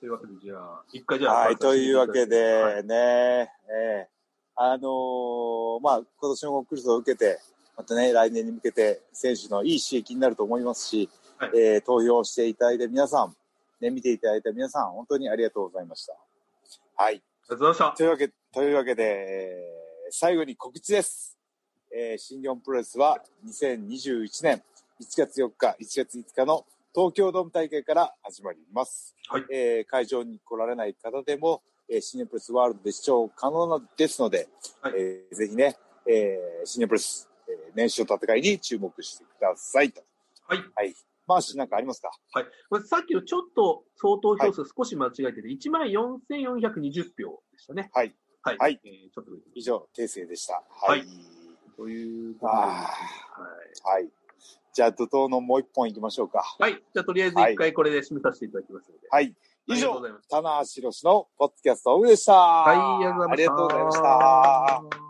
Speaker 2: というわけで、じゃあ、一回じゃあ、
Speaker 1: はい、というわけ
Speaker 2: はい
Speaker 1: で、ね、えーあのーまあ、今年のコンクールスを受けて、またね、来年に向けて選手のいい刺激になると思いますし、
Speaker 2: はい
Speaker 1: えー投票していただいた皆さん、ね、見ていただいた皆さん、本当にありがとうございました。はい。
Speaker 2: ありがとうございまし
Speaker 1: というわけ、というわけで、えー最後に告知です。えー新日本プロレスは2021年1月4日、1月5日の東京ドーム大会から始まります。
Speaker 2: はい
Speaker 1: えー会場に来られない方でも、えー新日本プロレスワールドで視聴可能なですので、
Speaker 2: はい
Speaker 1: えーぜひね、えー新日本プロレス、えー年始の戦いに注目してくださいと。
Speaker 2: た。はい。
Speaker 1: はい。マーシーなんかありますか
Speaker 2: はい、これさっきのちょっと総投票数少し間違えてて、1万4420票でしたね。
Speaker 1: はい。
Speaker 2: はい。
Speaker 1: はい
Speaker 2: えーちょっと
Speaker 1: 以上、訂正でした。
Speaker 2: は
Speaker 1: はい
Speaker 2: ということで、は
Speaker 1: あはい。じゃあ、怒涛のもう一本行きましょうか。
Speaker 2: い。はい。じゃあ、とりあえず一回これで締めさせていただきますので。
Speaker 1: はい。以
Speaker 2: ありがと
Speaker 1: 上
Speaker 2: うご、ざいまし
Speaker 1: 棚橋宏のポッドキャストオフでした。
Speaker 2: た。はい、ありがとうございました。
Speaker 1: ありがとうございました。
Speaker 2: した。